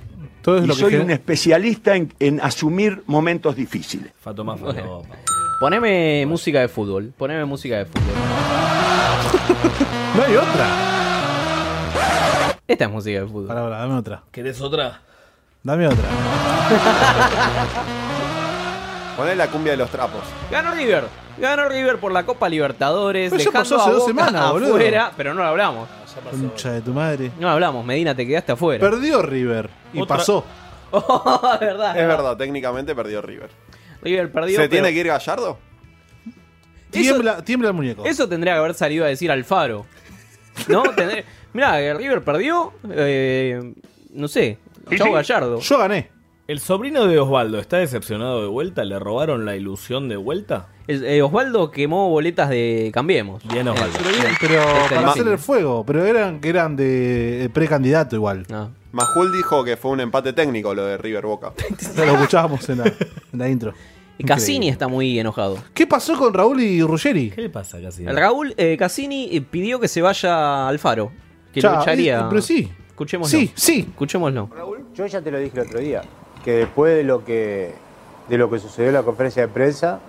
[SPEAKER 10] lo que
[SPEAKER 15] soy
[SPEAKER 10] genera-
[SPEAKER 15] un especialista en, en asumir momentos difíciles.
[SPEAKER 10] Fato más
[SPEAKER 11] Bueno. Poneme música de fútbol. Poneme música de fútbol.
[SPEAKER 1] No hay otra.
[SPEAKER 11] Esta es música de fútbol.
[SPEAKER 1] Pará, pará, Ah, dame otra.
[SPEAKER 10] ¿Querés otra?
[SPEAKER 1] Dame otra.
[SPEAKER 12] Poné la cumbia de los trapos.
[SPEAKER 11] Ganó River. Ganó River por la Copa Libertadores.
[SPEAKER 1] Pero ya
[SPEAKER 11] dejando
[SPEAKER 1] pasó hace
[SPEAKER 11] a
[SPEAKER 1] dos
[SPEAKER 11] Boca
[SPEAKER 1] semanas, boludo.
[SPEAKER 11] afuera, pero no lo hablamos.
[SPEAKER 1] Concha de tu madre.
[SPEAKER 11] No lo hablamos, Medina, te quedaste afuera.
[SPEAKER 1] Perdió River. Y
[SPEAKER 11] Otra-
[SPEAKER 1] pasó.
[SPEAKER 11] Oh, es verdad.
[SPEAKER 12] Es verdad, técnicamente perdió River.
[SPEAKER 11] River perdió.
[SPEAKER 12] ¿Se tiene
[SPEAKER 11] pero-
[SPEAKER 12] que ir Gallardo?
[SPEAKER 1] Tiembla, tiembla el muñeco.
[SPEAKER 11] Eso tendría que haber salido a decir Alfaro. ¿No? Tendré- Mirá, que River perdió. eh, no sé. Chau Gallardo.
[SPEAKER 1] Yo gané.
[SPEAKER 10] ¿El sobrino de Osvaldo está decepcionado de vuelta? ¿Le robaron la ilusión de vuelta?
[SPEAKER 11] El- eh, Osvaldo quemó boletas de Cambiemos. Eh,
[SPEAKER 10] Bien, Osvaldo.
[SPEAKER 1] Pero, bien, pero
[SPEAKER 11] Este
[SPEAKER 1] para
[SPEAKER 11] es
[SPEAKER 1] hacer
[SPEAKER 11] el-
[SPEAKER 1] el fuego. Pero eran que eran de de precandidato igual.
[SPEAKER 11] No.
[SPEAKER 12] Majul dijo que fue un empate técnico lo de River Boca.
[SPEAKER 1] Lo escuchábamos en la, en la intro.
[SPEAKER 11] Y Cassini está muy enojado.
[SPEAKER 1] ¿Qué pasó con Raúl y Ruggeri?
[SPEAKER 10] ¿Qué le pasa casi?
[SPEAKER 11] El Raúl eh, Cassini eh, pidió que se vaya Alfaro. Que
[SPEAKER 1] Ya,
[SPEAKER 11] lucharía.
[SPEAKER 1] eh, pero sí.
[SPEAKER 11] Escuchémoslo.
[SPEAKER 1] Sí, sí.
[SPEAKER 11] Escuchémoslo.
[SPEAKER 16] Yo ya te lo dije el otro día, que después de lo que, de lo que sucedió en la conferencia de prensa,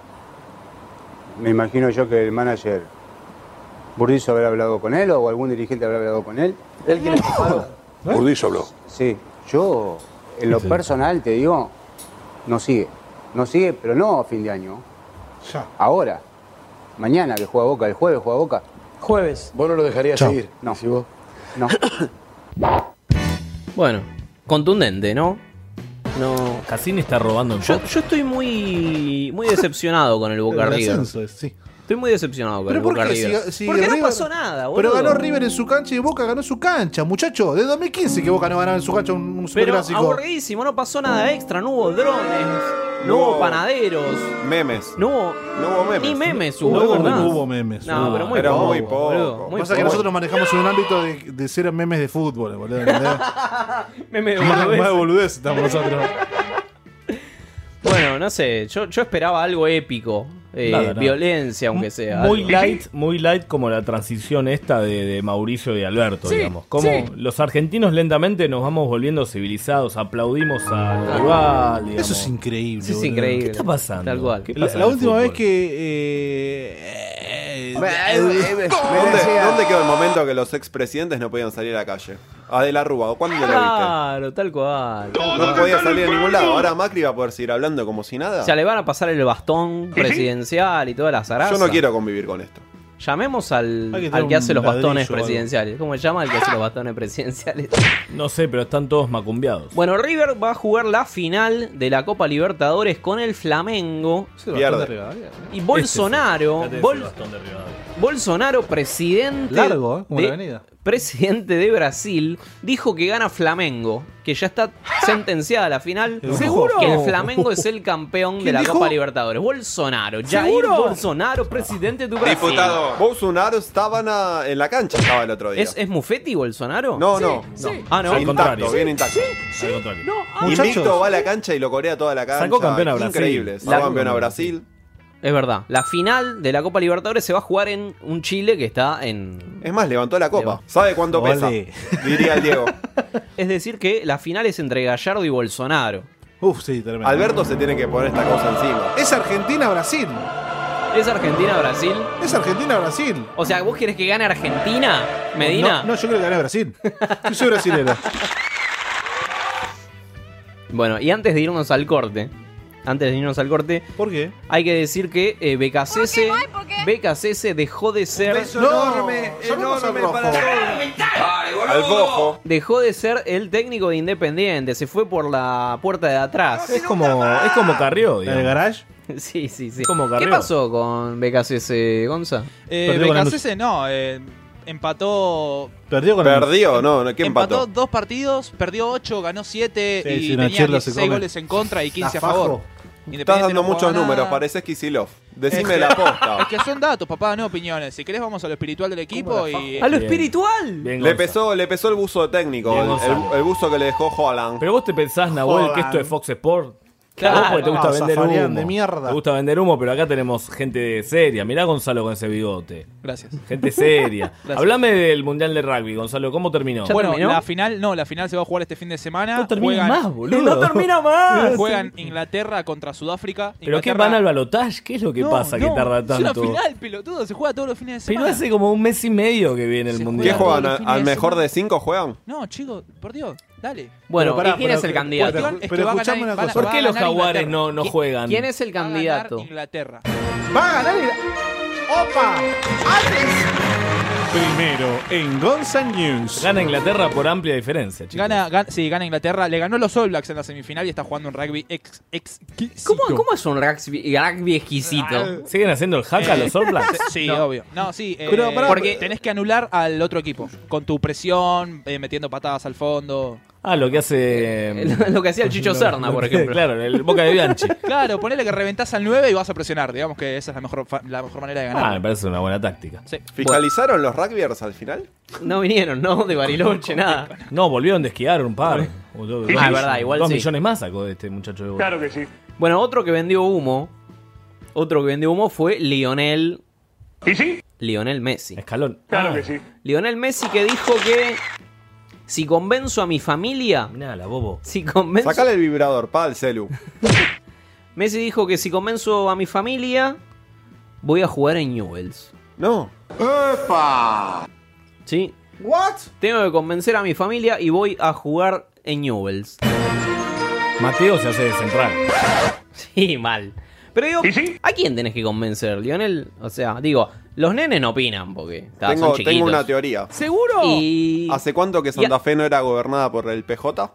[SPEAKER 16] me imagino yo que el manager Burdizo habrá hablado con él o algún dirigente habrá hablado con él. ¿Él quién
[SPEAKER 15] ¿Eh? Burdizo habló.
[SPEAKER 16] Sí, yo en lo personal te digo, no sigue. No sigue, pero no a fin de año. Ahora. Mañana que juega Boca, el jueves juega Boca. Jueves.
[SPEAKER 15] Vos no lo dejarías
[SPEAKER 16] Chao.
[SPEAKER 15] seguir.
[SPEAKER 16] No. No.
[SPEAKER 11] Bueno, contundente, ¿no? No.
[SPEAKER 10] Cassini está robando en
[SPEAKER 11] Yo, yo estoy muy muy decepcionado con el Boca
[SPEAKER 1] El
[SPEAKER 11] River.
[SPEAKER 1] ascenso es, sí.
[SPEAKER 11] Estoy muy decepcionado con el
[SPEAKER 1] ¿Pero por
[SPEAKER 11] Boca
[SPEAKER 1] qué?
[SPEAKER 11] River.
[SPEAKER 1] Si- si
[SPEAKER 11] Porque no
[SPEAKER 1] River-
[SPEAKER 11] pasó nada, boludo.
[SPEAKER 1] Pero ganó River en su cancha y Boca ganó en su cancha, muchachos. Desde 2015 que Boca no ganaba en su cancha un, un
[SPEAKER 11] Pero
[SPEAKER 1] superclásico.
[SPEAKER 11] aburridísimo, no pasó nada extra, no hubo drones, no, hubo panaderos,
[SPEAKER 12] Memes.
[SPEAKER 11] no hubo,
[SPEAKER 12] memes.
[SPEAKER 11] ni memes
[SPEAKER 1] No
[SPEAKER 11] hubo,
[SPEAKER 1] hubo-
[SPEAKER 11] ¿verdad?
[SPEAKER 1] no hubo memes,
[SPEAKER 11] No,
[SPEAKER 1] hubo.
[SPEAKER 11] pero muy
[SPEAKER 1] Pero
[SPEAKER 11] poco.
[SPEAKER 1] muy poco.
[SPEAKER 11] boludo, muy
[SPEAKER 1] Pasa que
[SPEAKER 11] poco.
[SPEAKER 1] nosotros nos manejamos en un ámbito de, de ser memes de fútbol, boludo. ¿entendés?
[SPEAKER 11] Memes de
[SPEAKER 1] más,
[SPEAKER 11] boludez.
[SPEAKER 1] más de boludez estamos nosotros.
[SPEAKER 11] Bueno, no sé, yo, yo esperaba algo épico, eh,
[SPEAKER 10] Nada, nada.
[SPEAKER 11] violencia aunque sea.
[SPEAKER 10] Muy
[SPEAKER 11] algo.
[SPEAKER 10] light, muy light como la transición esta de, de Mauricio y Alberto,
[SPEAKER 11] Sí,
[SPEAKER 10] digamos. Como
[SPEAKER 11] sí.
[SPEAKER 10] los argentinos lentamente nos vamos volviendo civilizados, aplaudimos al rival, digamos.
[SPEAKER 1] Ah. Eso es increíble.
[SPEAKER 10] Eso es
[SPEAKER 1] boludo.
[SPEAKER 10] increíble. ¿Qué está pasando?
[SPEAKER 11] Tal cual.
[SPEAKER 10] ¿Qué
[SPEAKER 1] La,
[SPEAKER 10] pasa
[SPEAKER 1] la
[SPEAKER 10] en el
[SPEAKER 1] última
[SPEAKER 10] fútbol?
[SPEAKER 1] vez que. eh, eh,
[SPEAKER 12] ¿Dónde, dónde quedó el momento que los expresidentes no podían salir a la calle? A De la Rúa, ¿cuándo lo viste?
[SPEAKER 11] Claro, tal cual.
[SPEAKER 12] No podía salir a ningún lado. Ahora Macri va a poder seguir hablando como si nada.
[SPEAKER 11] O sea, le van a pasar el bastón presidencial y toda la zaraza.
[SPEAKER 12] Yo no quiero convivir con esto.
[SPEAKER 11] Llamemos al,
[SPEAKER 12] Hay que
[SPEAKER 11] al que,
[SPEAKER 12] tener un
[SPEAKER 11] hace los
[SPEAKER 12] ladrillo
[SPEAKER 11] bastones
[SPEAKER 12] o algo.
[SPEAKER 11] presidenciales. ¿Cómo se llama el que hace los bastones presidenciales?
[SPEAKER 10] No sé, pero están todos macumbiados.
[SPEAKER 11] Bueno, River va a jugar la final de la Copa Libertadores con el Flamengo.
[SPEAKER 10] Pierde.
[SPEAKER 12] ¿eh?
[SPEAKER 11] Y Bolsonaro,
[SPEAKER 10] Este es el
[SPEAKER 11] Bol-
[SPEAKER 10] bastón de Rivadavia.
[SPEAKER 11] Bolsonaro, presidente.
[SPEAKER 10] Largo, ¿eh? Como
[SPEAKER 11] de-
[SPEAKER 10] la avenida.
[SPEAKER 11] Presidente de Brasil, dijo que gana Flamengo, que ya está sentenciada la final.
[SPEAKER 10] ¿Seguro?
[SPEAKER 11] Que el Flamengo es el campeón de
[SPEAKER 12] ¿Quién
[SPEAKER 11] la
[SPEAKER 12] dijo?
[SPEAKER 11] Copa Libertadores. Bolsonaro, Jair
[SPEAKER 12] ¿Seguro?
[SPEAKER 11] Bolsonaro, presidente de Brasil.
[SPEAKER 12] Diputado. Bolsonaro estaba en la- en la cancha, estaba el otro día.
[SPEAKER 11] ¿Es, es Muffetti Bolsonaro?
[SPEAKER 12] No, no,
[SPEAKER 11] Sí,
[SPEAKER 12] no.
[SPEAKER 11] sí. Ah, no.
[SPEAKER 12] Al contrario. Intacto, bien intacto.
[SPEAKER 10] Al contrario.
[SPEAKER 11] ah.
[SPEAKER 12] Invicto va a la cancha y lo corea toda la cancha.
[SPEAKER 11] Sacó campeón a Brasil.
[SPEAKER 12] Increíble. Sacó
[SPEAKER 11] La-
[SPEAKER 12] campeón a Brasil.
[SPEAKER 11] Es verdad. La final de la Copa Libertadores se va a jugar en un Chile que está en.
[SPEAKER 12] Es más, levantó la copa. ¿Sabe cuánto pesa?
[SPEAKER 11] Ole.
[SPEAKER 12] Diría el Diego.
[SPEAKER 11] Es decir, que la final es entre Gallardo y Bolsonaro.
[SPEAKER 1] Uf, sí, tremendo.
[SPEAKER 12] Alberto se tiene que poner esta cosa encima.
[SPEAKER 1] Es Argentina-Brasil.
[SPEAKER 11] ¿Es Argentina-Brasil?
[SPEAKER 1] Es Argentina-Brasil.
[SPEAKER 11] O sea, ¿vos querés que gane Argentina, Medina?
[SPEAKER 1] No, no, yo creo que gané Brasil. Yo soy brasilero.
[SPEAKER 11] Bueno, y antes de irnos al corte. Antes de irnos al corte.
[SPEAKER 1] ¿Por qué?
[SPEAKER 11] Hay que decir que eh, BKCS, BKCS dejó de ser.
[SPEAKER 17] enorme, enorme para
[SPEAKER 12] Al bojo.
[SPEAKER 11] Dejó de ser el técnico de Independiente, se fue por la puerta de atrás.
[SPEAKER 10] Es como, es como Carrió, digamos.
[SPEAKER 1] garage?
[SPEAKER 11] Sí, sí, sí.
[SPEAKER 10] Como
[SPEAKER 11] ¿Qué
[SPEAKER 10] Carrió.
[SPEAKER 11] pasó con BKCS, Gonza?
[SPEAKER 2] Eh, BKCS no, eh, empató.
[SPEAKER 1] Perdió con
[SPEAKER 12] Perdió, no, no, ¿qué
[SPEAKER 2] Empató
[SPEAKER 12] empató?
[SPEAKER 2] dos partidos, perdió ocho, ganó siete
[SPEAKER 12] Sí,
[SPEAKER 2] y
[SPEAKER 12] sí, una
[SPEAKER 2] tenía
[SPEAKER 12] chirla se
[SPEAKER 2] 16
[SPEAKER 12] come.
[SPEAKER 2] goles en contra y 15 a
[SPEAKER 12] La fajo.
[SPEAKER 2] favor.
[SPEAKER 12] Estás
[SPEAKER 2] Independiente
[SPEAKER 12] dando
[SPEAKER 2] no juega
[SPEAKER 12] muchos
[SPEAKER 2] nada.
[SPEAKER 12] números, pareces Kisilov. Decime
[SPEAKER 2] Es
[SPEAKER 12] la
[SPEAKER 2] que-
[SPEAKER 12] posta.
[SPEAKER 2] Es que son datos, papá, no opiniones. Si querés vamos a lo espiritual del equipo y...
[SPEAKER 11] ¿A lo espiritual?
[SPEAKER 12] Le pesó, le pesó el buzo técnico,
[SPEAKER 10] Bien,
[SPEAKER 12] el,
[SPEAKER 10] Gonzalo.
[SPEAKER 12] el- el buzo que le dejó Holland.
[SPEAKER 10] Pero vos te pensás, Nahuel,
[SPEAKER 12] Jodan.
[SPEAKER 10] que esto es Fox Sport.
[SPEAKER 12] Claro.
[SPEAKER 10] Vos porque te gusta
[SPEAKER 12] No,
[SPEAKER 10] vender
[SPEAKER 12] zafarián
[SPEAKER 10] humo.
[SPEAKER 12] de mierda.
[SPEAKER 10] Te gusta vender humo, pero acá tenemos gente seria. Mirá a Gonzalo con ese bigote.
[SPEAKER 2] Gracias.
[SPEAKER 10] Gente seria.
[SPEAKER 2] Gracias.
[SPEAKER 10] Hablame del Mundial de Rugby, Gonzalo. ¿Cómo terminó?
[SPEAKER 2] Bueno, la final, no, la final se va a jugar este fin de semana. No
[SPEAKER 10] termina más, boludo. No termina más.
[SPEAKER 2] Juegan Inglaterra contra Sudáfrica.
[SPEAKER 10] ¿Pero qué
[SPEAKER 2] Inglaterra-
[SPEAKER 10] van al balotaje? ¿Qué es lo que
[SPEAKER 2] No,
[SPEAKER 10] pasa que
[SPEAKER 2] no,
[SPEAKER 10] tarda tanto?
[SPEAKER 2] Es una final, pelotudo, se juega todos los fines de
[SPEAKER 10] Pero
[SPEAKER 2] semana.
[SPEAKER 10] hace como un mes y medio que viene el Mundial.
[SPEAKER 12] ¿Qué juegan? ¿Al- ¿Al mejor de cinco juegan?
[SPEAKER 2] No, chicos, por Dios, dale.
[SPEAKER 11] Bueno, ¿y quién es el candidato?
[SPEAKER 2] Cuestión es que va a ganar- van a-
[SPEAKER 10] ¿Por
[SPEAKER 2] va a
[SPEAKER 10] qué los
[SPEAKER 2] ganar
[SPEAKER 10] jaguares
[SPEAKER 2] Inglaterra.
[SPEAKER 10] no, no
[SPEAKER 2] ¿Qui-
[SPEAKER 10] juegan?
[SPEAKER 11] ¿Quién es el candidato?
[SPEAKER 2] Inglaterra.
[SPEAKER 1] Va a ganar el... ¡Opa! Primero en Gonza News.
[SPEAKER 10] Gana Inglaterra por amplia diferencia, chicos.
[SPEAKER 2] Gana, gana- sí, gana Inglaterra. Le ganó los All Blacks en la semifinal y está jugando un rugby ex, exquisito.
[SPEAKER 11] ¿Cómo, cómo es un rugby, rugby exquisito?
[SPEAKER 10] ¿Siguen haciendo el hack a los All Blacks?
[SPEAKER 2] Ah. eh, Sí,
[SPEAKER 10] No.
[SPEAKER 2] obvio. No, sí. eh,
[SPEAKER 10] Pero pará,
[SPEAKER 2] porque tenés que anular al otro equipo. Con tu presión, eh, metiendo patadas al fondo.
[SPEAKER 10] Ah, lo que hace.
[SPEAKER 11] lo que hacía Eh, el Chicho Serna, por ejemplo.
[SPEAKER 10] Claro, el Boca de Bianchi.
[SPEAKER 2] Claro, ponele que reventás al 9 y vas a presionar. Digamos que esa es la mejor, fa- la mejor manera de ganar.
[SPEAKER 10] Ah, me parece una buena táctica.
[SPEAKER 2] Sí.
[SPEAKER 12] ¿Fiscalizaron los rugbyers al final?
[SPEAKER 11] No vinieron, ¿no? De Bariloche, nada.
[SPEAKER 10] No, volvieron de esquiar un par. O dos-
[SPEAKER 11] Ah,
[SPEAKER 10] dos-
[SPEAKER 11] verdad, igual
[SPEAKER 10] Dos
[SPEAKER 11] sí.
[SPEAKER 10] millones más sacó de este muchacho de Boca.
[SPEAKER 11] Claro que sí. Bueno, otro que vendió humo. Otro que vendió humo fue Lionel. ¿Y sí? Lionel Messi.
[SPEAKER 10] Escalón. Ah.
[SPEAKER 11] Claro que sí. Lionel Messi que dijo que. Si convenzo a mi familia.
[SPEAKER 10] Mirá, la bobo.
[SPEAKER 11] Si convenzo.
[SPEAKER 12] Sacale el vibrador, pa, el celu.
[SPEAKER 11] Messi dijo que si convenzo a mi familia. Voy a jugar en Newells.
[SPEAKER 12] No.
[SPEAKER 11] ¡Epa! Sí. ¿What? Tengo que convencer a mi familia y voy a jugar en Newells.
[SPEAKER 10] Mateo se hace de central.
[SPEAKER 11] Sí, mal. Pero digo, ¿a quién tenés que convencer, Lionel? O sea, digo, los nenes no opinan porque ta, son
[SPEAKER 12] Tengo,
[SPEAKER 11] chiquitos.
[SPEAKER 12] tengo una teoría.
[SPEAKER 11] ¿Seguro? Y...
[SPEAKER 12] ¿Hace cuánto que Santa Fe no era gobernada por el PJ?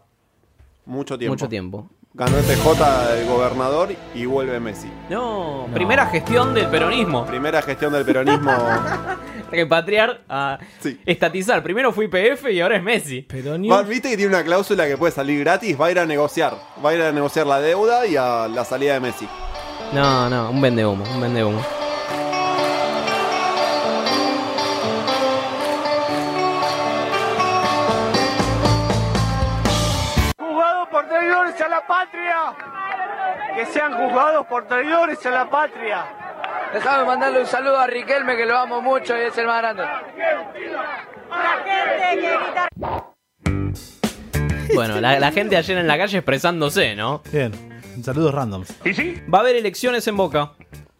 [SPEAKER 12] Mucho tiempo.
[SPEAKER 11] Mucho tiempo.
[SPEAKER 12] ganó TJ el gobernador y vuelve Messi.
[SPEAKER 11] No, primera gestión del peronismo.
[SPEAKER 12] Primera gestión del peronismo.
[SPEAKER 11] Repatriar a estatizar. Primero fui PF y ahora es Messi.
[SPEAKER 12] Va, Viste que tiene una cláusula que puede salir gratis, va a ir a negociar. Va a ir a negociar la deuda y a la salida de Messi.
[SPEAKER 11] No, no, un vende humo, un vende humo.
[SPEAKER 13] Juzgados por traidores a la patria. Que sean juzgados por traidores a la patria.
[SPEAKER 18] Déjame mandarle un saludo a Riquelme, que lo amo mucho y es el más grande.
[SPEAKER 11] Bueno, la, la gente ayer en la calle expresándose, ¿no?
[SPEAKER 1] Bien. Saludos randoms.
[SPEAKER 11] ¿Y sí? Va a haber elecciones en Boca.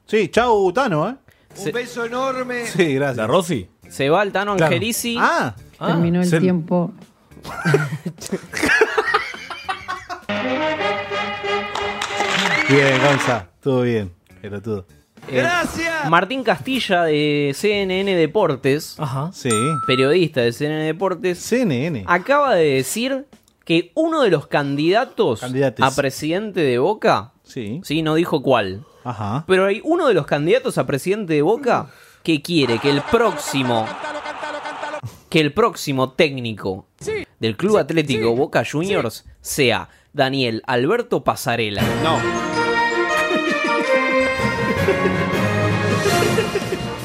[SPEAKER 1] Sí, chau, Tano, ¿eh?
[SPEAKER 17] Un beso enorme.
[SPEAKER 1] Sí, gracias. ¿La Rossi?
[SPEAKER 11] Se va el Tano
[SPEAKER 1] Claro.
[SPEAKER 11] Angelici.
[SPEAKER 1] Ah.
[SPEAKER 9] Terminó el
[SPEAKER 1] Se-
[SPEAKER 9] tiempo.
[SPEAKER 1] Bien, Gonza. Todo bien. Pelotudo.
[SPEAKER 11] Eh, Martín Castilla de CNN Deportes.
[SPEAKER 1] Sí.
[SPEAKER 11] Periodista de CNN Deportes.
[SPEAKER 1] CNN.
[SPEAKER 11] Acaba de decir que uno de los candidatos
[SPEAKER 1] Candidates.
[SPEAKER 11] a presidente de Boca.
[SPEAKER 1] Sí.
[SPEAKER 11] Sí, no dijo cuál.
[SPEAKER 1] Ajá.
[SPEAKER 11] Pero hay uno de los candidatos a presidente de Boca que quiere que el próximo. Que el próximo técnico del Club Atlético Boca Juniors sea Daniel Alberto Pasarela.
[SPEAKER 12] No.
[SPEAKER 4] Ah, pues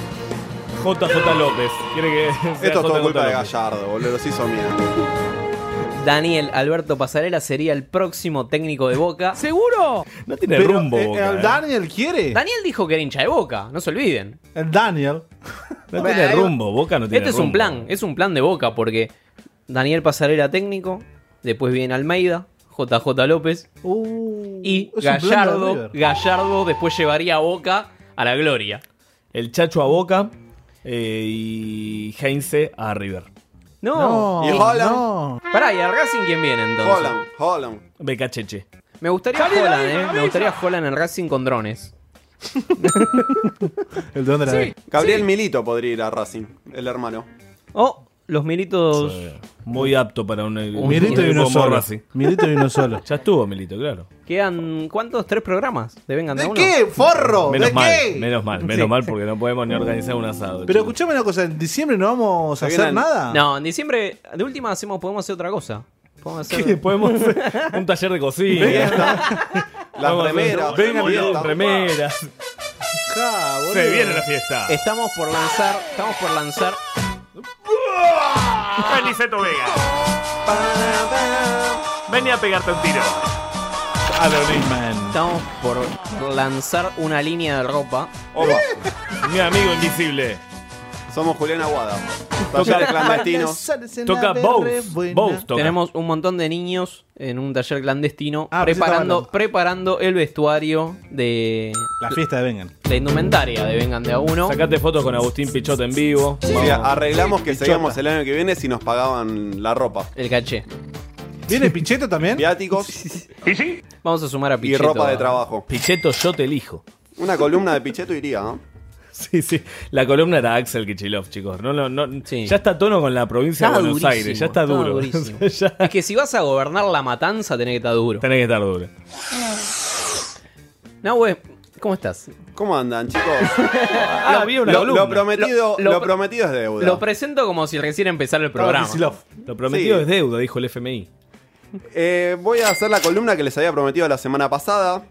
[SPEAKER 10] JJ López. Quiere que sea
[SPEAKER 12] Esto es todo
[SPEAKER 10] JJ
[SPEAKER 12] culpa de
[SPEAKER 10] López.
[SPEAKER 12] Gallardo, boludo. Los hizo mierda.
[SPEAKER 11] Daniel Alberto Pasarela sería el próximo técnico de Boca.
[SPEAKER 6] ¿Seguro?
[SPEAKER 11] No
[SPEAKER 1] tiene Pero, rumbo eh, Boca, el eh. Daniel quiere.
[SPEAKER 11] Daniel dijo que era hincha de Boca, no se olviden.
[SPEAKER 1] El Daniel.
[SPEAKER 10] Eh, No tiene rumbo, Boca no tiene
[SPEAKER 11] Este es un
[SPEAKER 10] rumbo.
[SPEAKER 11] plan, es un plan de Boca porque Daniel Pasarela técnico, después viene Almeida, JJ López y
[SPEAKER 10] es un plan de
[SPEAKER 11] Gallardo,
[SPEAKER 10] River.
[SPEAKER 11] Gallardo después llevaría a Boca a la gloria.
[SPEAKER 10] El Chacho a Boca eh, y Heinze a River.
[SPEAKER 11] No.
[SPEAKER 10] No,
[SPEAKER 11] Y
[SPEAKER 10] Holland.
[SPEAKER 11] Pará, ¿y al Racing quién viene entonces?
[SPEAKER 10] Holland,
[SPEAKER 12] Holland.
[SPEAKER 11] Becacheche. Me gustaría
[SPEAKER 10] ¡Salí de
[SPEAKER 11] Holland,
[SPEAKER 10] ahí,
[SPEAKER 11] eh. Me
[SPEAKER 10] cabeza!
[SPEAKER 11] gustaría Holland en Racing con drones.
[SPEAKER 1] El don de la B.
[SPEAKER 12] Gabriel Milito podría ir a Racing, el hermano.
[SPEAKER 11] Oh, los militos.
[SPEAKER 10] Muy apto para un.
[SPEAKER 1] Milito y uno
[SPEAKER 10] como
[SPEAKER 1] solo.
[SPEAKER 10] Racing.
[SPEAKER 1] Milito y uno solo.
[SPEAKER 10] Ya estuvo Milito, claro.
[SPEAKER 11] Quedan, ¿cuántos? ¿Tres programas? ¿De vengan de, uno?
[SPEAKER 1] qué, forro?
[SPEAKER 10] Menos
[SPEAKER 1] ¿De
[SPEAKER 10] mal,
[SPEAKER 1] qué?
[SPEAKER 10] menos mal, menos
[SPEAKER 1] Sí.
[SPEAKER 10] mal porque no podemos ni organizar un asado.
[SPEAKER 1] Pero
[SPEAKER 10] chicos.
[SPEAKER 1] escuchame una cosa. ¿En diciembre no vamos a hacer nada?
[SPEAKER 11] No, en diciembre, de última hacemos, podemos hacer otra cosa. Podemos hacer.
[SPEAKER 10] ¿Qué? Podemos hacer un taller de cocina.
[SPEAKER 12] Las
[SPEAKER 10] Vamos a hacer-
[SPEAKER 12] remeras,
[SPEAKER 10] Vengan
[SPEAKER 12] fiesta.
[SPEAKER 10] bien, remeras. Se viene la fiesta.
[SPEAKER 11] Estamos por lanzar. Estamos por lanzar.
[SPEAKER 10] Eliseto Vega. Vení a pegarte un tiro. A
[SPEAKER 11] Estamos por lanzar una línea de ropa.
[SPEAKER 12] Opa.
[SPEAKER 10] Mi amigo invisible.
[SPEAKER 12] Somos Julián Aguada. Taller clandestino.
[SPEAKER 11] Toca Bows.
[SPEAKER 12] Bows toca.
[SPEAKER 11] Tenemos un montón de niños en un taller clandestino
[SPEAKER 1] Ah, pensé
[SPEAKER 11] preparando,
[SPEAKER 1] estaba
[SPEAKER 11] preparando el vestuario de
[SPEAKER 1] La fiesta de Vengan.
[SPEAKER 11] la indumentaria de Vengan de a uno.
[SPEAKER 10] Sacate fotos con Agustín Pichota en vivo.
[SPEAKER 12] Sí, arreglamos que
[SPEAKER 10] Pichota.
[SPEAKER 12] seguíamos el año que viene si nos pagaban la ropa.
[SPEAKER 11] El caché.
[SPEAKER 1] ¿Viene Picheto también?
[SPEAKER 12] Viáticos
[SPEAKER 11] Vamos a sumar a
[SPEAKER 12] y
[SPEAKER 11] Pichetto.
[SPEAKER 12] ropa de trabajo.
[SPEAKER 10] Picheto, yo te elijo.
[SPEAKER 12] Una columna de Picheto iría, ¿no?
[SPEAKER 10] Sí, sí. La columna era Axel Kichilov, chicos. No, no, no. Ya está a tono con la provincia
[SPEAKER 11] Está
[SPEAKER 10] de Buenos
[SPEAKER 11] durísimo,
[SPEAKER 10] Aires. Ya está duro.
[SPEAKER 11] durísimo. Es que si vas a gobernar la matanza, tenés que estar duro.
[SPEAKER 10] Tenés que estar duro.
[SPEAKER 11] Nahue, ¿cómo estás?
[SPEAKER 12] ¿Cómo andan, chicos?
[SPEAKER 11] Ah, vi una
[SPEAKER 12] lo,
[SPEAKER 11] columna.
[SPEAKER 12] lo prometido,
[SPEAKER 11] Lo-
[SPEAKER 12] lo,
[SPEAKER 11] lo-
[SPEAKER 12] prometido es deuda.
[SPEAKER 11] Lo presento como si recién empezara el programa.
[SPEAKER 10] Lo prometido
[SPEAKER 12] Sí.
[SPEAKER 10] es deuda, dijo el FMI.
[SPEAKER 12] Eh, voy a hacer la columna que les había prometido la semana pasada,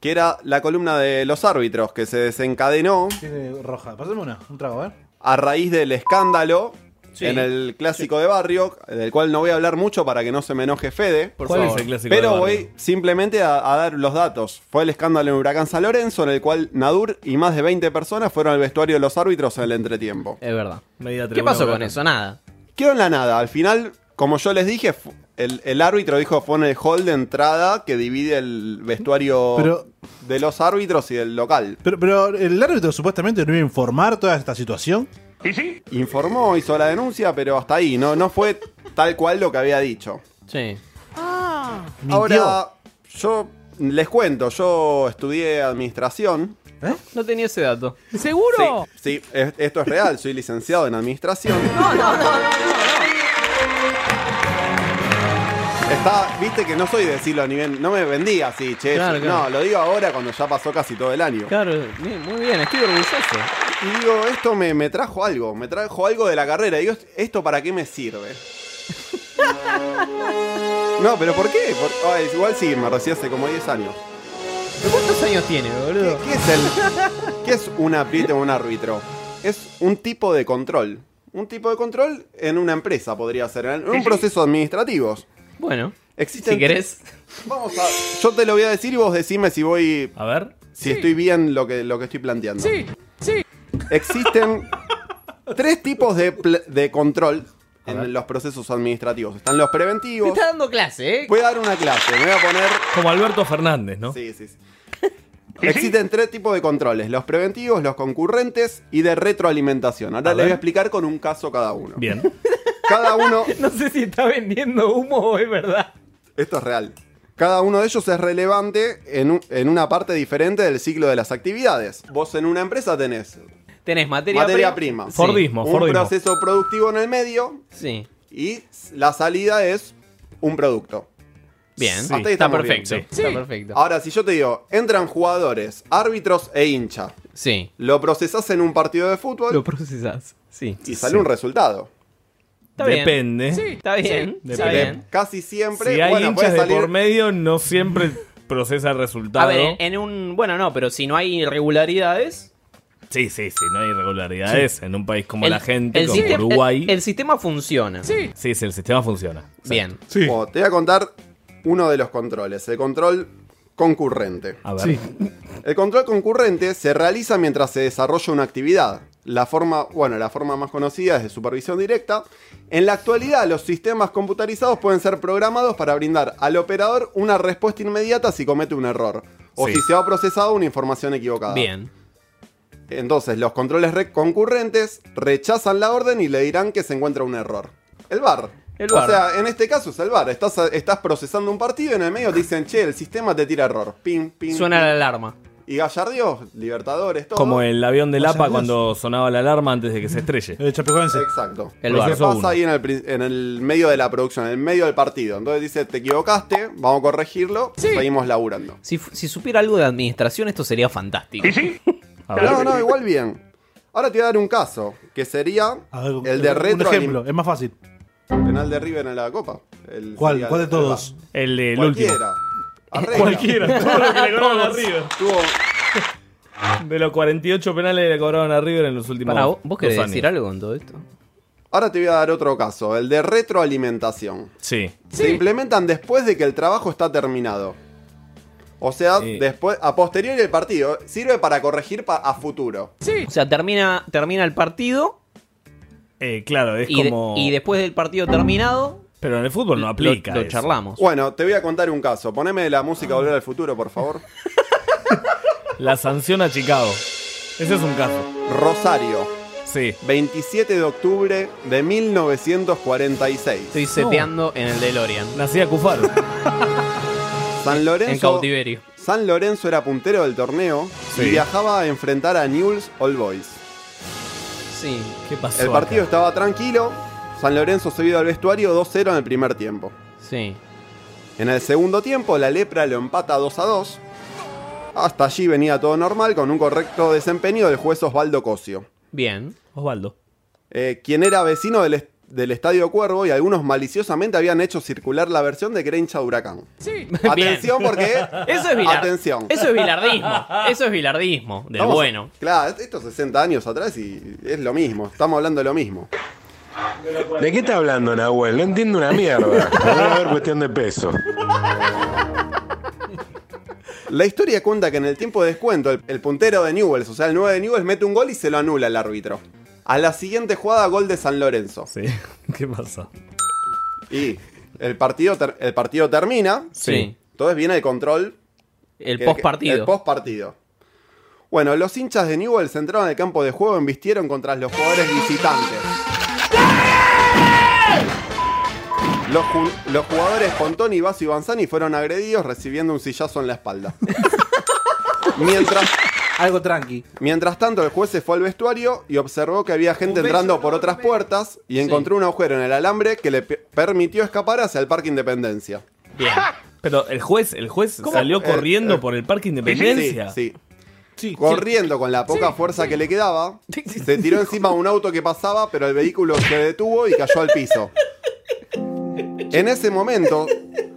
[SPEAKER 12] que era la columna de los árbitros, que se desencadenó
[SPEAKER 1] Tiene eh, roja. Pasame una, un trago, a ver.
[SPEAKER 12] a raíz del escándalo
[SPEAKER 1] Sí.
[SPEAKER 12] en el clásico de barrio, del cual no voy a hablar mucho para que no se me enoje Fede.
[SPEAKER 10] Por ¿Cuál favor. es el clásico
[SPEAKER 12] Pero
[SPEAKER 10] de barrio?
[SPEAKER 12] voy simplemente a, a dar los datos. Fue el escándalo en Huracán San Lorenzo, en el cual Nadur y más de 20 personas fueron al vestuario de los árbitros en el entretiempo.
[SPEAKER 11] Es verdad.
[SPEAKER 10] Medida
[SPEAKER 11] ¿Qué
[SPEAKER 10] tribuna
[SPEAKER 11] pasó con
[SPEAKER 10] barata.
[SPEAKER 11] eso? Nada.
[SPEAKER 12] Quedó en la nada. Al final, como yo les dije, fu- el, el árbitro dijo fue en el hall de entrada que divide el vestuario
[SPEAKER 1] Pero-
[SPEAKER 12] de los árbitros y del local.
[SPEAKER 1] Pero, pero el árbitro supuestamente no iba a informar toda esta situación.
[SPEAKER 12] Informó, hizo la denuncia, pero hasta ahí, no, no fue tal cual lo que había dicho.
[SPEAKER 11] Sí.
[SPEAKER 16] Ah.
[SPEAKER 12] Ahora, yo les cuento, yo estudié administración.
[SPEAKER 11] No tenía ese dato.
[SPEAKER 6] ¿Seguro?
[SPEAKER 12] Sí, es- esto es real, soy licenciado en administración.
[SPEAKER 6] No, no, no.
[SPEAKER 12] estaba- viste que no soy de decirlo a nivel. No me vendía así, che.
[SPEAKER 11] Claro,
[SPEAKER 12] yo-
[SPEAKER 11] claro.
[SPEAKER 12] No, lo digo ahora cuando ya pasó casi todo el año.
[SPEAKER 11] Claro, bien, muy bien, estoy orgulloso.
[SPEAKER 12] Y digo, esto me, me trajo algo, me trajo algo de la carrera. Digo, ¿esto para qué me sirve? No, pero ¿por qué? Por- ay, igual sí, me recién hace como 10 años.
[SPEAKER 11] ¿Cuántos años tiene, boludo?
[SPEAKER 12] ¿Qué es el- ¿Qué es un apriete o un árbitro? Es un tipo de control. Un tipo de control en una empresa podría ser, en un proceso administrativo.
[SPEAKER 11] Bueno,
[SPEAKER 12] Existen-
[SPEAKER 11] si querés.
[SPEAKER 12] Vamos a. Yo te lo voy a decir y vos decime si voy.
[SPEAKER 10] A ver.
[SPEAKER 12] Si estoy bien lo que, lo que estoy planteando. Sí, sí. Existen tres tipos de, pl- de control en los procesos administrativos. Están los
[SPEAKER 11] Te
[SPEAKER 12] preventivos.
[SPEAKER 11] está dando clase, ¿eh?
[SPEAKER 12] Voy a dar una clase, me voy a poner.
[SPEAKER 10] Como Alberto Fernández, ¿no?
[SPEAKER 12] Sí, sí, sí. Existen tres tipos de controles: los preventivos, los concurrentes y de retroalimentación. Ahora
[SPEAKER 10] A
[SPEAKER 12] les voy
[SPEAKER 10] ver.
[SPEAKER 12] a explicar con un caso cada uno.
[SPEAKER 10] Bien.
[SPEAKER 12] Cada uno.
[SPEAKER 11] No sé si está vendiendo humo o es verdad.
[SPEAKER 12] Esto es real. Cada uno de ellos es relevante en, un- en una parte diferente del ciclo de las actividades. Vos en una empresa tenés
[SPEAKER 11] Tenés materia,
[SPEAKER 12] materia,
[SPEAKER 11] prima.
[SPEAKER 12] prima,
[SPEAKER 10] Fordismo,
[SPEAKER 12] un
[SPEAKER 10] Fordismo.
[SPEAKER 12] proceso productivo en el medio
[SPEAKER 11] Sí.
[SPEAKER 12] y la salida es un producto.
[SPEAKER 11] Bien.
[SPEAKER 12] Hasta ahí
[SPEAKER 11] está
[SPEAKER 12] estamos bien.
[SPEAKER 11] perfecto. Está perfecto.
[SPEAKER 12] Ahora, si yo te digo, entran jugadores, árbitros e hincha,
[SPEAKER 11] Sí.
[SPEAKER 12] lo procesás en un partido de fútbol
[SPEAKER 11] Lo procesás. Sí.
[SPEAKER 12] y sale
[SPEAKER 11] Sí.
[SPEAKER 12] un resultado.
[SPEAKER 11] Está bien.
[SPEAKER 10] Depende.
[SPEAKER 11] Sí, está bien.
[SPEAKER 10] Sí,
[SPEAKER 11] Está
[SPEAKER 10] depende.
[SPEAKER 11] bien.
[SPEAKER 12] Casi siempre,
[SPEAKER 10] Si hay
[SPEAKER 12] bueno, puede
[SPEAKER 10] hinchas de
[SPEAKER 12] salir-
[SPEAKER 10] por medio, no siempre procesa el resultado.
[SPEAKER 11] A ver, en un. Bueno, no, pero si no hay irregularidades.
[SPEAKER 10] Sí, sí, sí, no hay irregularidades en un país como
[SPEAKER 11] el-
[SPEAKER 10] la gente,
[SPEAKER 11] el
[SPEAKER 10] como
[SPEAKER 11] sistema-
[SPEAKER 10] Uruguay.
[SPEAKER 11] El, el sistema funciona. Sí.
[SPEAKER 10] Sí, sí, el sistema funciona.
[SPEAKER 11] Bien.
[SPEAKER 12] Bueno, te voy a contar uno de los controles, el control concurrente.
[SPEAKER 10] A ver.
[SPEAKER 12] El control concurrente se realiza mientras se desarrolla una actividad. La forma, bueno, la forma más conocida es de supervisión directa. En la actualidad, los sistemas computarizados pueden ser programados para brindar al operador una respuesta inmediata si comete un error o
[SPEAKER 11] Sí.
[SPEAKER 12] si se ha procesado una información equivocada.
[SPEAKER 11] Bien.
[SPEAKER 12] Entonces, los controles re- concurrentes rechazan la orden y le dirán que se encuentra un error. El bar.
[SPEAKER 11] El VAR.
[SPEAKER 12] O sea, en este caso es el bar. Estás, estás procesando un partido y en el medio te dicen, che, el sistema te tira error. Pim, pim.
[SPEAKER 11] Suena
[SPEAKER 12] pim.
[SPEAKER 11] la alarma.
[SPEAKER 12] Y Gallardios, Libertadores, todo.
[SPEAKER 10] Como el avión del
[SPEAKER 12] O sea,
[SPEAKER 10] APA
[SPEAKER 12] Dios.
[SPEAKER 10] cuando sonaba la alarma antes de que se estrelle.
[SPEAKER 1] El Chapecoense.
[SPEAKER 12] Exacto.
[SPEAKER 10] El
[SPEAKER 12] Lo que
[SPEAKER 10] bar.
[SPEAKER 12] pasa
[SPEAKER 10] Uno.
[SPEAKER 12] ahí en el, pri- en el medio de la producción, en el medio del partido. Entonces dice, te equivocaste, vamos a corregirlo, seguimos laburando.
[SPEAKER 11] Si, fu- si supiera algo de administración, esto sería fantástico.
[SPEAKER 12] No, no, igual bien. Ahora te voy a dar un caso, que sería el de
[SPEAKER 1] Un
[SPEAKER 12] retro.
[SPEAKER 1] ejemplo, es más fácil.
[SPEAKER 12] Penal de River en la Copa. El-
[SPEAKER 1] ¿Cuál?
[SPEAKER 12] sería
[SPEAKER 1] ¿Cuál de
[SPEAKER 12] el-
[SPEAKER 1] todos?
[SPEAKER 10] El, el
[SPEAKER 12] Cualquiera. Arregla.
[SPEAKER 10] Cualquiera, todo lo que le cobraron a
[SPEAKER 12] Todos.
[SPEAKER 10] River. De los 48 penales que le cobraron a River en los últimos
[SPEAKER 11] Pará, ¿vos- vos querés
[SPEAKER 10] dos años.
[SPEAKER 11] decir algo con todo esto?
[SPEAKER 12] Ahora te voy a dar otro caso, el de retroalimentación.
[SPEAKER 10] Sí.
[SPEAKER 12] Se implementan después de que el trabajo está terminado. O sea, después, a posteriori del partido. Sirve para corregir pa- a futuro.
[SPEAKER 11] O sea, termina, termina el partido.
[SPEAKER 10] Eh, claro, es
[SPEAKER 11] y de-
[SPEAKER 10] como-
[SPEAKER 11] y después del partido terminado.
[SPEAKER 10] Pero en el fútbol no aplica. eso.
[SPEAKER 12] Bueno, te voy a contar un caso. Poneme la música Volver al Futuro, por favor.
[SPEAKER 10] La sanción a Chicago. Ese es un caso.
[SPEAKER 12] Rosario.
[SPEAKER 10] Sí.
[SPEAKER 12] 27 de octubre de 1946.
[SPEAKER 11] Estoy seteando en el DeLorean.
[SPEAKER 10] Nacía Cufaro.
[SPEAKER 12] San Lorenzo.
[SPEAKER 11] En cautiverio.
[SPEAKER 12] San Lorenzo era puntero del torneo
[SPEAKER 11] Sí.
[SPEAKER 12] y viajaba a enfrentar a Newell's All Boys.
[SPEAKER 11] Sí. ¿Qué pasó?
[SPEAKER 12] El partido estaba tranquilo. San Lorenzo se vio al vestuario 2-0 en el primer tiempo.
[SPEAKER 11] Sí.
[SPEAKER 12] En el segundo tiempo, la lepra lo empata 2 2. Hasta allí venía todo normal con un correcto desempeño del juez Osvaldo Cosio,
[SPEAKER 11] Bien.
[SPEAKER 10] Osvaldo.
[SPEAKER 12] eh, quien era vecino del, est- del Estadio Cuervo y algunos maliciosamente habían hecho circular la versión de que era hincha de Huracán.
[SPEAKER 11] Sí.
[SPEAKER 12] Atención porque.
[SPEAKER 11] Eso es bilar-
[SPEAKER 12] Atención.
[SPEAKER 11] Eso es bilardismo. Eso es bilardismo. Del
[SPEAKER 12] Estamos-
[SPEAKER 11] bueno.
[SPEAKER 12] Claro, esto Ah, es 60 años atrás y es lo mismo. Estamos hablando de lo mismo.
[SPEAKER 14] ¿De qué está hablando Nahuel? No entiendo una mierda. Debe haber cuestión de peso.
[SPEAKER 12] La historia cuenta que en el tiempo de descuento, el, el puntero de Newells, o sea, el 9 de Newells, mete un gol y se lo anula el árbitro. A la siguiente jugada, gol de San Lorenzo.
[SPEAKER 10] Sí. ¿Qué pasa?
[SPEAKER 12] Y el partido, ter- el partido termina.
[SPEAKER 11] Sí.
[SPEAKER 12] Entonces viene el control.
[SPEAKER 11] El
[SPEAKER 12] que-
[SPEAKER 11] postpartido.
[SPEAKER 12] El postpartido. Bueno, los hinchas de Newells entraron al campo de juego y embistieron contra los jugadores visitantes. Los, ju- los jugadores Pontoni, Vaso y Banzani fueron agredidos recibiendo un sillazo en la espalda. Mientras,
[SPEAKER 1] Algo tranqui.
[SPEAKER 12] mientras tanto, el juez se fue al vestuario y observó que había gente entrando por otras puertas y encontró un agujero en el alambre que le pe- permitió escapar hacia el Parque Independencia.
[SPEAKER 10] Bien. Pero el juez, el juez
[SPEAKER 12] ¿Cómo?
[SPEAKER 10] salió
[SPEAKER 12] Eh,
[SPEAKER 10] corriendo
[SPEAKER 12] eh.
[SPEAKER 10] por el Parque Independencia.
[SPEAKER 12] Sí, sí. Corriendo con la poca fuerza que le quedaba, se tiró encima a un auto que pasaba, pero el vehículo se detuvo y cayó al piso. En ese momento,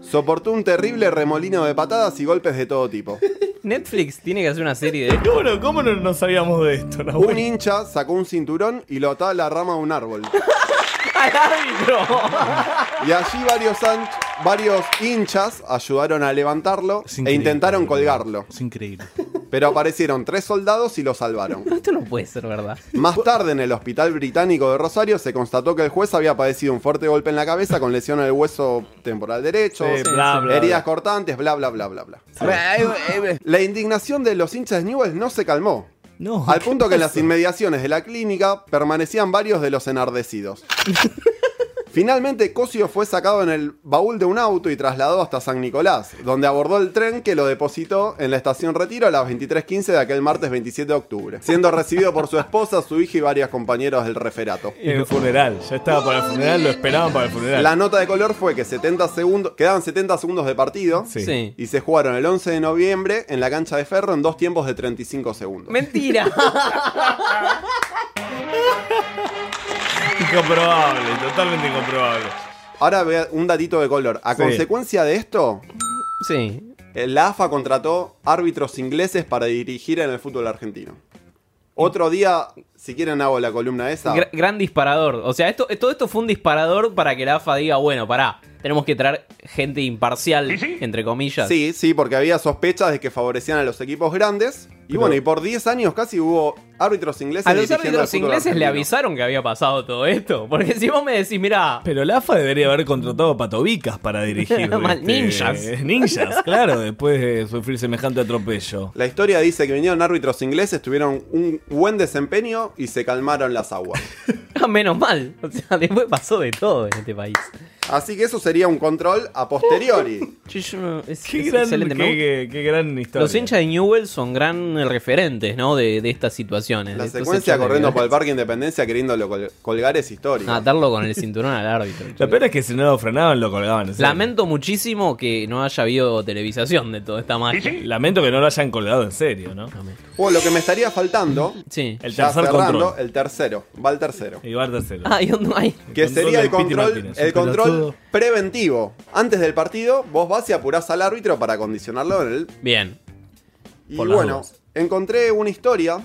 [SPEAKER 12] soportó un terrible remolino de patadas y golpes de todo tipo.
[SPEAKER 11] Netflix tiene que hacer una serie de
[SPEAKER 10] ¿Cómo no, cómo no nos sabíamos de esto?
[SPEAKER 12] Un hincha sacó un cinturón y lo ató a la rama de un árbol.
[SPEAKER 11] ¡Al árbitro!
[SPEAKER 12] Y allí varios, anch- varios hinchas ayudaron a levantarlo e intentaron colgarlo.
[SPEAKER 1] Es increíble.
[SPEAKER 12] Pero aparecieron tres soldados y lo salvaron.
[SPEAKER 11] Esto no puede ser verdad.
[SPEAKER 12] Más tarde, en el Hospital Británico de Rosario, se constató que el juez había padecido un fuerte golpe en la cabeza con lesión al hueso temporal derecho,
[SPEAKER 10] Sí, bla, bla, bla.
[SPEAKER 12] heridas cortantes, bla, bla, bla, bla, bla. La indignación de los hinchas de Newell's no se calmó. al punto que en las inmediaciones de la clínica permanecían varios de los enardecidos. Finalmente, Cosio fue sacado en el baúl de un auto y trasladado hasta San Nicolás, donde abordó el tren que lo depositó en la estación Retiro a las 23.15 de aquel martes 27 de octubre, siendo recibido por su esposa, su hija y varios compañeros del referato.
[SPEAKER 10] En el funeral. Ya estaba para el funeral, lo esperaban para el funeral.
[SPEAKER 12] La nota de color fue que 70 segundos, quedaban 70 segundos de partido
[SPEAKER 10] Sí.
[SPEAKER 12] y se jugaron el 11 de noviembre en la cancha de Ferro en dos tiempos de 35 segundos.
[SPEAKER 11] ¡Mentira!
[SPEAKER 10] Incomprobable, totalmente incomprobable.
[SPEAKER 12] Ahora vea un datito de color. A
[SPEAKER 10] Sí.
[SPEAKER 12] consecuencia de esto, eh,
[SPEAKER 11] sí.
[SPEAKER 12] la AFA contrató árbitros ingleses para dirigir en el fútbol argentino. Otro día, si quieren, hago la columna esa.
[SPEAKER 11] Gra- gran disparador. O sea, esto, todo esto fue un disparador para que la AFA diga, bueno, pará, tenemos que traer gente imparcial, entre comillas.
[SPEAKER 12] Sí, sí, porque había sospechas de que favorecían a los equipos grandes. Y
[SPEAKER 11] Pero-
[SPEAKER 12] bueno, y por 10 años casi hubo árbitros ingleses.
[SPEAKER 11] A los
[SPEAKER 12] dirigiendo el
[SPEAKER 11] árbitros
[SPEAKER 12] fútbol
[SPEAKER 11] ingleses le
[SPEAKER 12] argentino.
[SPEAKER 11] avisaron que había pasado todo esto. Porque si vos me decís, mira,
[SPEAKER 10] Pero la AFA debería haber contratado a patobicas para dirigir. este, eh,
[SPEAKER 11] Mal- ninjas.
[SPEAKER 10] Ninjas, claro, después de sufrir semejante atropello.
[SPEAKER 12] La historia dice que vinieron árbitros ingleses, tuvieron un buen desempeño y se calmaron las aguas.
[SPEAKER 11] menos mal. O sea, después pasó de todo en este país.
[SPEAKER 12] Así que eso sería un control a posteriori.
[SPEAKER 11] Qué gran- excelente, me qué-
[SPEAKER 10] gran
[SPEAKER 11] Los hinchas de Newell's son gran referentes, ¿no? De, de estas situaciones.
[SPEAKER 12] La
[SPEAKER 11] Entonces,
[SPEAKER 12] secuencia
[SPEAKER 11] ya-
[SPEAKER 12] corriendo por el Parque Independencia queriéndolo col- colgar es histórica.
[SPEAKER 11] Atarlo Ah, con el cinturón al árbitro.
[SPEAKER 10] La pena es que si no lo frenaban, lo colgaban.
[SPEAKER 11] Lamento muchísimo que no haya habido televisación de toda esta magia.
[SPEAKER 10] Lamento que no lo hayan colgado en serio, ¿no?
[SPEAKER 12] Bueno, lo que me estaría faltando,
[SPEAKER 11] Sí.
[SPEAKER 10] El
[SPEAKER 12] ya
[SPEAKER 10] tercer
[SPEAKER 12] cerrando,
[SPEAKER 10] control.
[SPEAKER 12] el tercero, va el tercero.
[SPEAKER 10] Y va el tercero.
[SPEAKER 11] Ah, ¿y dónde hay?
[SPEAKER 12] Que
[SPEAKER 10] El control
[SPEAKER 12] sería el
[SPEAKER 10] del Piti
[SPEAKER 12] control,
[SPEAKER 10] Martínez,
[SPEAKER 12] el
[SPEAKER 10] un
[SPEAKER 12] control
[SPEAKER 10] pelotudo.
[SPEAKER 12] preventivo. Antes del partido, vos vas y apurás al árbitro para condicionarlo en el
[SPEAKER 11] Bien.
[SPEAKER 12] Y
[SPEAKER 11] Por las
[SPEAKER 12] bueno,
[SPEAKER 11] dudas.
[SPEAKER 12] encontré una historia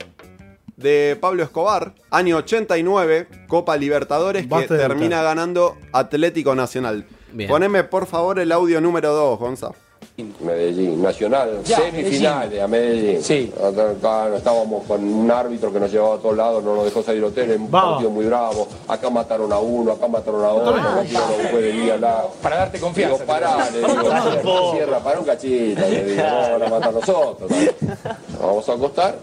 [SPEAKER 12] de Pablo Escobar, año 89, Copa Libertadores,
[SPEAKER 1] Basta
[SPEAKER 12] que
[SPEAKER 1] de
[SPEAKER 12] termina
[SPEAKER 1] gritar.
[SPEAKER 12] ganando Atlético Nacional.
[SPEAKER 1] Bien.
[SPEAKER 12] Poneme por favor el audio número 2, Gonza.
[SPEAKER 9] Medellín, Nacional,
[SPEAKER 12] Ya,
[SPEAKER 9] semifinales a Medellín. Acá, acá estábamos con un árbitro que nos llevaba a todos lados, no nos dejó salir del hotel, en un partido muy bravo. Acá mataron a uno, acá mataron a otro, acá tiraron un juez de día al lado. Para darte confianza. Digo, pará, le digo, cierra, para un cachito, le digo, no, van a matar nosotros. Nos vamos a acostar,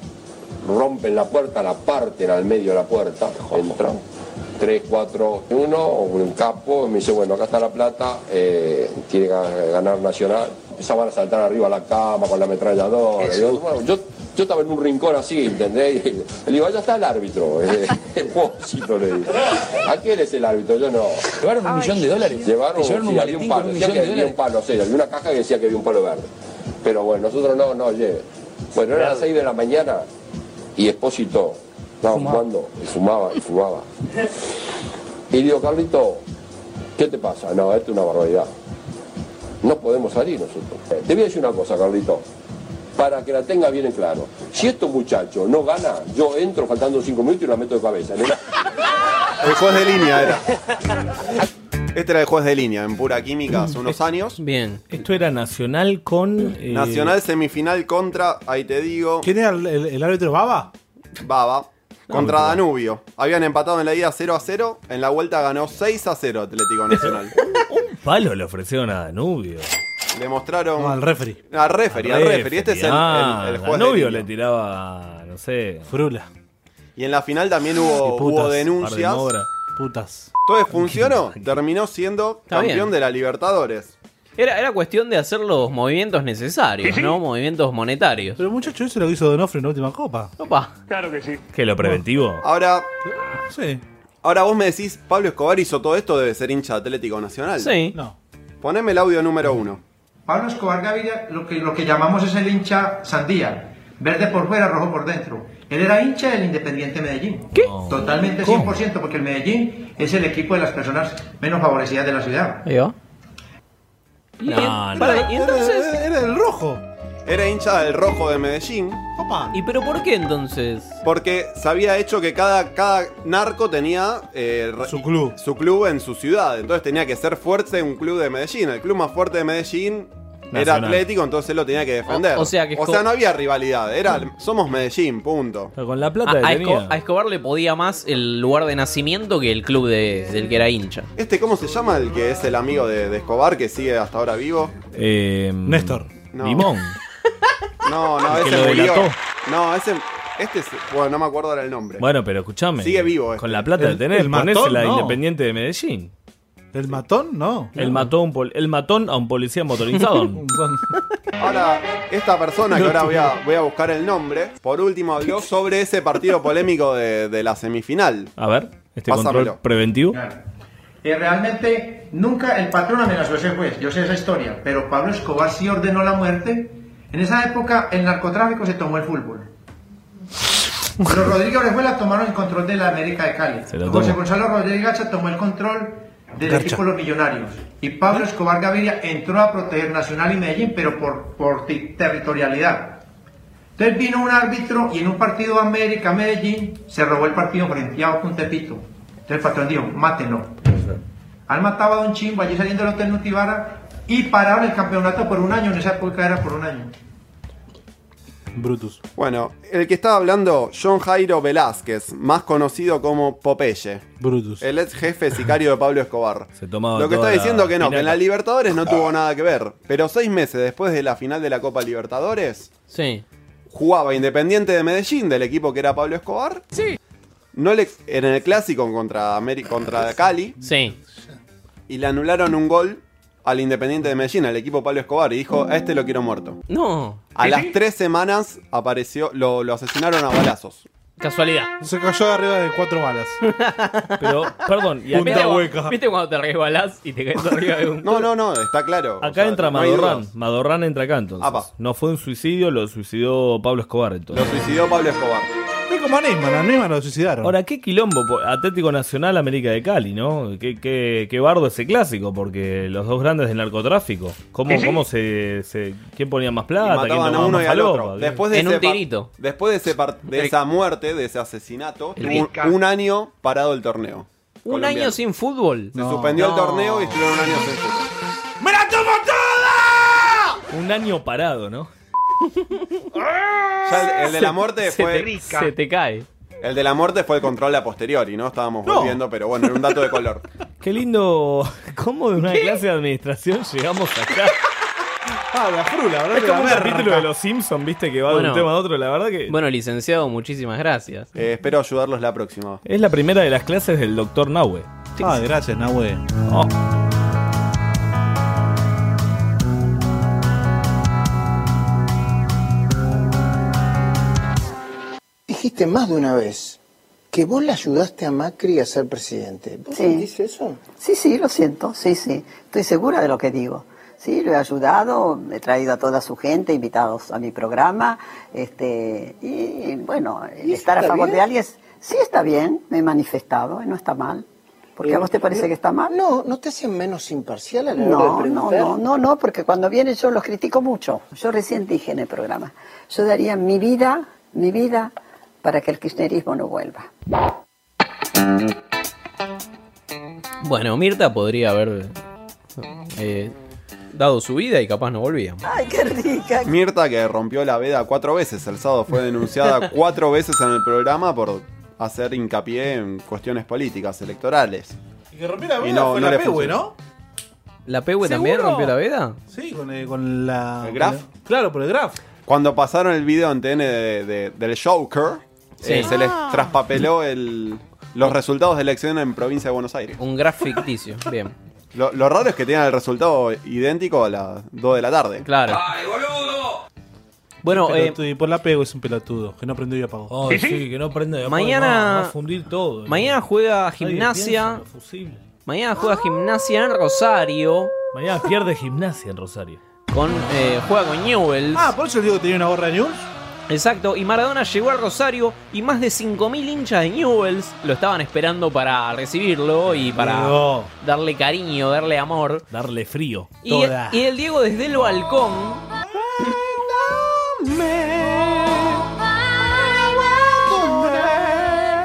[SPEAKER 9] rompen la puerta, la parten al medio de la puerta, entran. 3, 4, 1, un capo, me dice, bueno, acá está la plata, eh, quiere ga- ganar Nacional. Empezaban a saltar arriba a la cama con la ametralladora.
[SPEAKER 3] Eso.
[SPEAKER 9] Yo, bueno, yo, yo estaba en un rincón así, ¿entendés? Y le digo, allá está el árbitro. eh, el pobrecito, le digo. ¿A quién es el árbitro? Yo no.
[SPEAKER 3] ¿Llevaron un millón de dólares?
[SPEAKER 9] Llevaron,
[SPEAKER 3] ¿Llevaron un
[SPEAKER 9] sí, había
[SPEAKER 3] maletín
[SPEAKER 9] un
[SPEAKER 3] con
[SPEAKER 9] palo,
[SPEAKER 3] un
[SPEAKER 9] decía
[SPEAKER 3] millón
[SPEAKER 9] que había
[SPEAKER 3] de
[SPEAKER 9] un
[SPEAKER 3] dólares?
[SPEAKER 9] palo, sí, había una caja que decía que había un palo verde. Pero bueno, nosotros no, no, lleve. Bueno, eran las 6 de la mañana y Espósito estaba fumando, y fumaba, y fumaba. Y le digo, Carlito, ¿qué te pasa? No, esto es una barbaridad. No podemos salir nosotros. Eh, Te voy a decir una cosa, Carlito, para que la tenga bien en claro. Si estos muchachos no gana, yo entro faltando 5 minutos y la meto de cabeza. ¿eh? Le-
[SPEAKER 12] El juez de línea era. Este era el juez de línea, en pura química, hace unos años.
[SPEAKER 11] Bien.
[SPEAKER 10] Esto era Nacional con. eh,
[SPEAKER 12] Nacional semifinal contra, ahí te digo.
[SPEAKER 1] ¿Quién era el, el- el árbitro Baba?
[SPEAKER 12] Baba. Contra
[SPEAKER 1] no, no.
[SPEAKER 12] Danubio. Habían empatado en la ida 0 a 0. En la vuelta ganó 6 a 0 Atlético Nacional.
[SPEAKER 10] Palo le ofrecieron a Danubio.
[SPEAKER 12] Le mostraron.
[SPEAKER 1] al referee.
[SPEAKER 12] Al referee, al referee. Este es el,
[SPEAKER 10] Ah,
[SPEAKER 12] el, el juez de
[SPEAKER 10] Danubio
[SPEAKER 12] línea.
[SPEAKER 10] le tiraba, no sé.
[SPEAKER 1] Frula.
[SPEAKER 12] Y en la final también hubo, hubo denuncias.
[SPEAKER 1] Putas.
[SPEAKER 12] Todo funcionó. Terminó siendo
[SPEAKER 11] Está
[SPEAKER 12] campeón
[SPEAKER 11] bien.
[SPEAKER 12] de la Libertadores.
[SPEAKER 11] Era, era cuestión de hacer los movimientos necesarios, ¿no? Movimientos monetarios.
[SPEAKER 1] Pero muchacho, eso lo que hizo Donofrio en la última copa.
[SPEAKER 11] Opa.
[SPEAKER 12] Claro que sí.
[SPEAKER 10] Que lo preventivo.
[SPEAKER 12] Ahora.
[SPEAKER 1] Sí.
[SPEAKER 12] Ahora vos me decís, Pablo Escobar hizo todo esto, debe ser hincha de Atlético Nacional.
[SPEAKER 11] Sí.
[SPEAKER 1] No.
[SPEAKER 12] Poneme el audio número uno.
[SPEAKER 3] Pablo Escobar Gaviria lo que, lo que llamamos es el hincha sandía, verde por fuera, rojo por dentro. Él era hincha del Independiente Medellín. ¿Qué? Totalmente 100%, porque el Medellín es el equipo de las personas menos favorecidas de la ciudad.
[SPEAKER 11] ¿Yo?
[SPEAKER 12] No,
[SPEAKER 11] Para, y entonces-
[SPEAKER 12] Era, el rojo. Era hincha del rojo de Medellín.
[SPEAKER 11] ¿Y pero por qué entonces?
[SPEAKER 12] Porque se había hecho que cada, cada narco tenía su club. Su club en su ciudad. Entonces tenía que ser fuerte un club de Medellín. El club más fuerte de Medellín era
[SPEAKER 10] Nacional.
[SPEAKER 12] Atlético, entonces él lo tenía que defender.
[SPEAKER 11] O- o sea que Esco-
[SPEAKER 12] no había rivalidad. Era somos Medellín, punto.
[SPEAKER 10] Mm. Pero con la
[SPEAKER 11] A, a Esco- a Escobar le podía más el lugar de nacimiento que el club de- del que era hincha.
[SPEAKER 12] Este, ¿cómo se llama? El que es el amigo de, de Escobar que sigue hasta ahora vivo.
[SPEAKER 10] Néstor.
[SPEAKER 12] No.
[SPEAKER 10] Eh, Limón.
[SPEAKER 12] No, no,
[SPEAKER 10] El que
[SPEAKER 12] ese
[SPEAKER 10] lo
[SPEAKER 12] murió.
[SPEAKER 10] delató.
[SPEAKER 12] No, ese. Este es. Bueno, no me acuerdo ahora el nombre.
[SPEAKER 10] Bueno, pero escúchame.
[SPEAKER 12] Este. Sigue vivo este.
[SPEAKER 10] Con la plata
[SPEAKER 12] El-
[SPEAKER 10] de tener,
[SPEAKER 12] el matón,
[SPEAKER 10] ponésela a
[SPEAKER 12] no.
[SPEAKER 10] Independiente de Medellín.
[SPEAKER 1] ¿El matón? No.
[SPEAKER 10] El matón, el matón a un policía motorizado.
[SPEAKER 12] Ahora, esta persona que ahora voy a, voy a buscar el nombre, por último habló sobre ese partido polémico de, de la semifinal.
[SPEAKER 10] a ver, este
[SPEAKER 12] Pásamelo.
[SPEAKER 10] control preventivo.
[SPEAKER 3] Eh, realmente nunca el patrón amenazó a ese juez, yo sé esa historia, pero Pablo Escobar sí ordenó la muerte. En esa época el narcotráfico se tomó el fútbol. Los Rodríguez Orejuela tomaron el control de la América de Cali.
[SPEAKER 10] lo tomó.
[SPEAKER 3] José Gonzalo Rodríguez Gacha tomó el control del
[SPEAKER 10] Garcha.
[SPEAKER 3] equipo de Los Millonarios. Y Pablo Escobar Gaviria entró a proteger Nacional y Medellín, pero por, por ti- territorialidad. Entonces vino un árbitro y en un partido América-Medellín se robó el partido frenteado con Tepito. Entonces el patrón dijo, mátenlo. Han matado a Don Chimbo allí saliendo del hotel Nutibara y pararon el campeonato por un año. En esa época era por un año.
[SPEAKER 1] Brutus.
[SPEAKER 12] Bueno, el que estaba hablando, John Jairo Velázquez, más conocido como Popeye.
[SPEAKER 1] Brutus.
[SPEAKER 12] El ex jefe sicario de Pablo Escobar.
[SPEAKER 10] Se tomaba
[SPEAKER 12] Lo que
[SPEAKER 10] toda
[SPEAKER 12] está
[SPEAKER 10] la
[SPEAKER 12] diciendo que no, Ah. que en la
[SPEAKER 10] pinaca.
[SPEAKER 12] Libertadores no tuvo nada que ver. Pero seis meses después de la final de la Copa Libertadores,
[SPEAKER 11] Sí.
[SPEAKER 12] jugaba Independiente de Medellín, del equipo que era Pablo Escobar. Sí. No le, en el clásico contra, Ameri- contra Cali.
[SPEAKER 11] Sí.
[SPEAKER 12] Y le anularon un gol al Independiente de Medellín, al equipo Pablo Escobar. Y dijo, a este lo quiero muerto.
[SPEAKER 11] No.
[SPEAKER 12] A las tres semanas apareció, lo, lo asesinaron a balazos.
[SPEAKER 11] Casualidad.
[SPEAKER 1] Se cayó de arriba de cuatro balas.
[SPEAKER 10] Pero, perdón, y a-
[SPEAKER 11] ¿Viste, cuando-
[SPEAKER 10] hueca.
[SPEAKER 11] ¿Viste cuando te resbalás y te caes arriba de un...
[SPEAKER 12] No, no, no, está claro. O
[SPEAKER 10] Acá
[SPEAKER 12] sea,
[SPEAKER 10] entra
[SPEAKER 12] no hay
[SPEAKER 10] Madorrán.
[SPEAKER 12] dudas.
[SPEAKER 10] Madorrán entra acá entonces.
[SPEAKER 12] Apa.
[SPEAKER 10] No fue un suicidio, lo suicidó Pablo Escobar entonces.
[SPEAKER 12] Lo suicidó Pablo Escobar.
[SPEAKER 1] Es como a Neymar, a Neymar lo suicidaron.
[SPEAKER 10] Ahora, qué quilombo, po- Atlético Nacional, América de Cali, ¿no? Qué, qué, qué bardo ese clásico, porque los dos grandes del narcotráfico. ¿Cómo,
[SPEAKER 12] Sí, sí.
[SPEAKER 10] cómo se, se- ¿Quién ponía más
[SPEAKER 12] Y
[SPEAKER 10] plata? ¿Quién
[SPEAKER 12] mataban a
[SPEAKER 10] tomaba
[SPEAKER 12] uno
[SPEAKER 10] más
[SPEAKER 12] y al
[SPEAKER 10] falopa?
[SPEAKER 12] otro. Después de ese par- Después de, ese par- de esa muerte, de ese asesinato,
[SPEAKER 11] El
[SPEAKER 12] tuvo
[SPEAKER 11] Vizca.
[SPEAKER 12] un, un año parado el torneo.
[SPEAKER 11] Un
[SPEAKER 12] Colombiano.
[SPEAKER 11] año sin fútbol.
[SPEAKER 12] Se suspendió el torneo y estuvieron un año sin fútbol.
[SPEAKER 10] Un año parado, ¿no?
[SPEAKER 12] Ya el, el de la muerte
[SPEAKER 11] Se
[SPEAKER 12] fue.
[SPEAKER 11] te- se te cae.
[SPEAKER 12] El de la muerte fue el control a posteriori, ¿no? Estábamos
[SPEAKER 10] No.
[SPEAKER 12] volviendo, pero bueno, era un dato de color.
[SPEAKER 10] Qué lindo. ¿Cómo de una clase de administración llegamos acá?
[SPEAKER 1] Ah, la frula,
[SPEAKER 10] Es como un capítulo de los Simpsons, viste, que va de
[SPEAKER 11] Bueno.
[SPEAKER 10] un tema a otro, la verdad que.
[SPEAKER 11] Bueno, licenciado, muchísimas gracias.
[SPEAKER 12] Eh, espero ayudarlos la próxima.
[SPEAKER 10] Es la primera de las clases del doctor Nahue.
[SPEAKER 1] Ah, gracias, Nahue.
[SPEAKER 10] Oh.
[SPEAKER 5] Dijiste más de una vez que vos le ayudaste a Macri a ser presidente. ¿Vos
[SPEAKER 19] Sí.
[SPEAKER 5] sentís eso?
[SPEAKER 19] Sí, sí, lo siento, sí, sí. Estoy segura de lo que digo. Sí, lo he ayudado, he traído a toda su gente, invitados a mi programa. Este, y, bueno,
[SPEAKER 5] eso
[SPEAKER 19] estar a
[SPEAKER 5] está
[SPEAKER 19] favor
[SPEAKER 5] bien?
[SPEAKER 19] de alguien es- sí está bien, me he manifestado, eh, no está mal. Porque a vos te parece que está mal.
[SPEAKER 5] Eh, No, ¿no te hacen menos imparcial a la hora de
[SPEAKER 19] No, no,
[SPEAKER 5] preguntar?
[SPEAKER 19] no, no, no, porque cuando vienen yo los critico mucho. Yo recién dije en el programa, yo daría mi vida, mi vida, para que el kirchnerismo no vuelva.
[SPEAKER 11] Bueno, Mirta podría haber eh, dado su vida y capaz no volvía.
[SPEAKER 19] Ay, qué rica.
[SPEAKER 12] Mirta, que rompió la veda cuatro veces el sábado, fue denunciada cuatro veces en el programa por hacer hincapié en cuestiones políticas, electorales.
[SPEAKER 1] Y que rompió la
[SPEAKER 12] Y
[SPEAKER 1] vela
[SPEAKER 12] no-
[SPEAKER 1] fue
[SPEAKER 12] no
[SPEAKER 1] la
[SPEAKER 12] le
[SPEAKER 1] Pehue,
[SPEAKER 12] funcionó.
[SPEAKER 1] ¿no?
[SPEAKER 11] ¿La Pehue también
[SPEAKER 1] ¿Seguro?
[SPEAKER 11] rompió la veda?
[SPEAKER 1] Sí, con, eh, con la.
[SPEAKER 12] ¿El graf?
[SPEAKER 1] con la- claro, por el graf.
[SPEAKER 12] Cuando pasaron el video en TN de- de- del Joker,
[SPEAKER 11] Sí.
[SPEAKER 12] eh, se les
[SPEAKER 1] Ah.
[SPEAKER 12] traspapeló el- los resultados de elección en provincia de Buenos Aires.
[SPEAKER 11] Un graf ficticio, bien.
[SPEAKER 12] Lo, lo raro es que tienen el resultado idéntico a las 2 de la tarde.
[SPEAKER 11] Claro. Bueno, eh,
[SPEAKER 1] Ah, Pelotudo, y por la pego es un pelotudo, que no aprendió y apagó.
[SPEAKER 10] Ay, sí, que no prende.
[SPEAKER 11] Mañana-
[SPEAKER 10] Va a fundir todo.
[SPEAKER 11] mañana juega
[SPEAKER 10] Nadie
[SPEAKER 11] gimnasia.
[SPEAKER 10] piensa en los fusibles.
[SPEAKER 11] Mañana juega gimnasia en Rosario.
[SPEAKER 10] Mañana pierde gimnasia en Rosario.
[SPEAKER 11] Con, eh, juega con Newells.
[SPEAKER 10] Ah, por eso digo que tenía una gorra de Newells.
[SPEAKER 11] Exacto, y Maradona llegó al Rosario y más de 5.000 hinchas de Newells lo estaban esperando para recibirlo y para
[SPEAKER 10] Diego.
[SPEAKER 11] darle cariño, darle amor.
[SPEAKER 10] Darle frío.
[SPEAKER 11] Y,
[SPEAKER 10] Toda.
[SPEAKER 11] y el Diego desde el balcón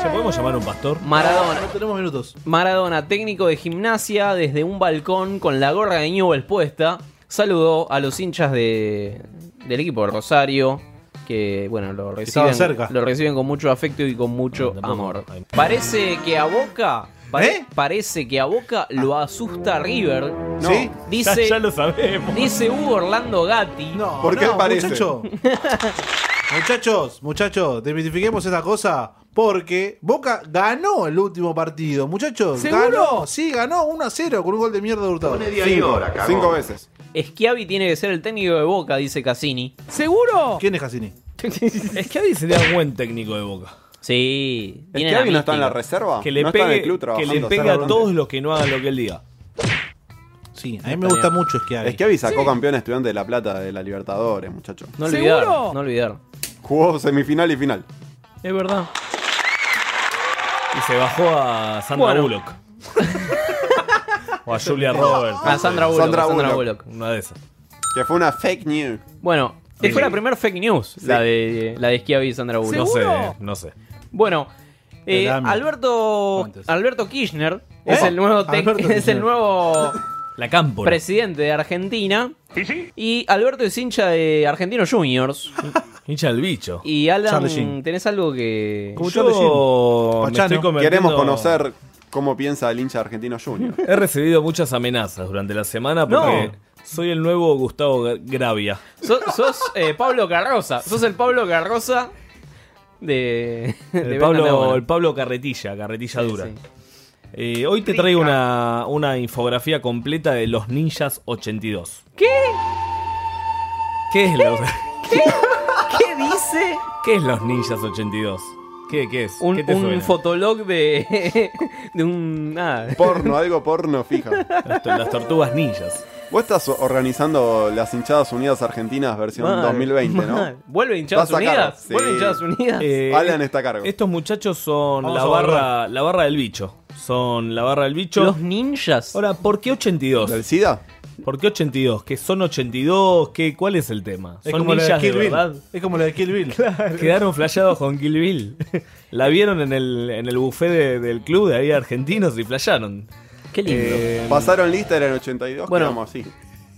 [SPEAKER 10] Che, ¿Podemos llamar a un pastor?
[SPEAKER 11] Maradona.
[SPEAKER 10] Ah, No tenemos minutos.
[SPEAKER 11] Maradona, técnico de gimnasia, desde un balcón con la gorra de Newell's puesta, saludó a los hinchas de, del equipo de Rosario, que bueno, lo
[SPEAKER 10] estaban
[SPEAKER 11] reciben,
[SPEAKER 10] cerca.
[SPEAKER 11] lo reciben con mucho afecto y con mucho amor. Parece que a Boca... pare- Parece que a Boca lo asusta River.
[SPEAKER 10] ¿Eh? ¿Sí?
[SPEAKER 11] Dice,
[SPEAKER 10] Ya- ya lo sabemos.
[SPEAKER 11] Dice Hugo Orlando Gatti.
[SPEAKER 1] No, Muchacho. muchachos, muchachos, desmitifiquemos esa cosa porque Boca ganó el último partido, muchachos.
[SPEAKER 11] ¿Seguro?
[SPEAKER 1] Ganó, sí, ganó 1 a 0 con un gol de mierda de Hurtado.
[SPEAKER 12] veces.
[SPEAKER 11] Schiavi tiene que ser el técnico de Boca, dice Cassini.
[SPEAKER 10] ¿Seguro?
[SPEAKER 1] ¿Quién es Cassini?
[SPEAKER 10] es que Adi sería un buen técnico de Boca.
[SPEAKER 11] Sí.
[SPEAKER 10] tiene
[SPEAKER 12] Schiavi
[SPEAKER 10] la
[SPEAKER 12] no está en la
[SPEAKER 10] mística.
[SPEAKER 12] reserva?
[SPEAKER 10] Que le
[SPEAKER 12] ¿No está
[SPEAKER 10] pegue,
[SPEAKER 12] en el club
[SPEAKER 10] que le
[SPEAKER 12] trabajando,
[SPEAKER 10] pegue
[SPEAKER 12] Cerro
[SPEAKER 10] a
[SPEAKER 12] Grande?
[SPEAKER 10] todos los que no hagan lo que él diga.
[SPEAKER 1] Sí, a mí me gusta mucho Schiavi.
[SPEAKER 12] Schiavi sacó campeón a estudiante de La Plata de la Libertadores, muchacho.
[SPEAKER 11] No olvidar, ¿Seguro? no olvidar.
[SPEAKER 12] Jugó semifinal y final.
[SPEAKER 11] Es verdad.
[SPEAKER 10] Y se bajó a Sandra
[SPEAKER 11] Bueno.
[SPEAKER 10] Bullock. o a Julia Roberts.
[SPEAKER 11] A Ah, Sandra Bullock.
[SPEAKER 12] Eh, Sandra
[SPEAKER 11] a Sandra
[SPEAKER 12] Bullock.
[SPEAKER 11] Bullock.
[SPEAKER 10] Una de esas.
[SPEAKER 12] Que fue una fake news.
[SPEAKER 11] Bueno,
[SPEAKER 12] Sí.
[SPEAKER 11] fue la primera fake news, la de la de Schiavi y Sandra Bullock.
[SPEAKER 10] No sé, no sé.
[SPEAKER 11] Bueno, eh,
[SPEAKER 10] El AMI.
[SPEAKER 11] Alberto Alberto Kirchner es el nuevo tec-
[SPEAKER 10] Alberto
[SPEAKER 11] es
[SPEAKER 10] Kirchner.
[SPEAKER 11] el nuevo
[SPEAKER 10] La Cámpora.
[SPEAKER 11] presidente de Argentina. Y Alberto es hincha de Argentinos Juniors.
[SPEAKER 10] hincha del bicho.
[SPEAKER 11] Y Alan,
[SPEAKER 10] Charlie Sheen.
[SPEAKER 11] tenés algo que
[SPEAKER 10] Como Charlie Sheen. me estoy convirtiendo-
[SPEAKER 12] Queremos conocer cómo piensa el hincha de Argentino Junior.
[SPEAKER 10] He recibido muchas amenazas durante la semana porque soy el nuevo Gustavo Gra- Gravia.
[SPEAKER 11] So- sos eh, Pablo Carroza, sos el Pablo Carroza de,
[SPEAKER 10] El
[SPEAKER 11] de
[SPEAKER 10] Pablo,
[SPEAKER 11] Batman.
[SPEAKER 10] el Pablo Carretilla, Carretilla
[SPEAKER 11] Sí,
[SPEAKER 10] Dura.
[SPEAKER 11] sí.
[SPEAKER 10] Eh, hoy te traigo una, una infografía completa de los Ninjas 82.
[SPEAKER 11] ¿Qué?
[SPEAKER 10] ¿Qué es los,
[SPEAKER 11] ¿Qué? ¿Qué dice?
[SPEAKER 10] qué es los Ninjas 82? ¿Qué, qué es?
[SPEAKER 11] Un,
[SPEAKER 10] ¿Qué te
[SPEAKER 11] un
[SPEAKER 10] suena?
[SPEAKER 11] fotolog de. de un. nada.
[SPEAKER 12] Porno, algo porno, fija.
[SPEAKER 10] Las, to- las tortugas ninjas.
[SPEAKER 12] Vos estás organizando las hinchadas unidas argentinas versión
[SPEAKER 11] Mal,
[SPEAKER 12] 2020,
[SPEAKER 11] mal.
[SPEAKER 12] ¿no?
[SPEAKER 11] ¿Vuelve hinchadas
[SPEAKER 12] Vas a cargo,
[SPEAKER 11] unidas?
[SPEAKER 12] sí.
[SPEAKER 11] ¿Vuelve hinchadas unidas?
[SPEAKER 10] Eh,
[SPEAKER 12] Alan está a cargo.
[SPEAKER 10] Estos muchachos son
[SPEAKER 11] Vamos
[SPEAKER 10] la
[SPEAKER 11] a borrar.
[SPEAKER 10] barra, la barra del bicho. Son la barra del bicho.
[SPEAKER 11] Los ninjas.
[SPEAKER 10] Ahora, ¿por qué 82?
[SPEAKER 12] ¿Del SIDA?
[SPEAKER 10] ¿Por qué 82? ¿Qué son 82? ¿Qué, ¿Cuál es el tema?
[SPEAKER 1] Es
[SPEAKER 10] ¿Son
[SPEAKER 1] como la de
[SPEAKER 10] ninjas de
[SPEAKER 1] Kill Bill.
[SPEAKER 10] verdad?
[SPEAKER 1] Es como la de Kill Bill.
[SPEAKER 10] Quedaron flasheados con Kill Bill. La vieron en el, en el buffet de- del club de ahí argentinos y flashearon.
[SPEAKER 11] Qué lindo.
[SPEAKER 10] Eh,
[SPEAKER 12] Pasaron lista, eran 82,
[SPEAKER 11] Bueno.
[SPEAKER 12] quedamos así.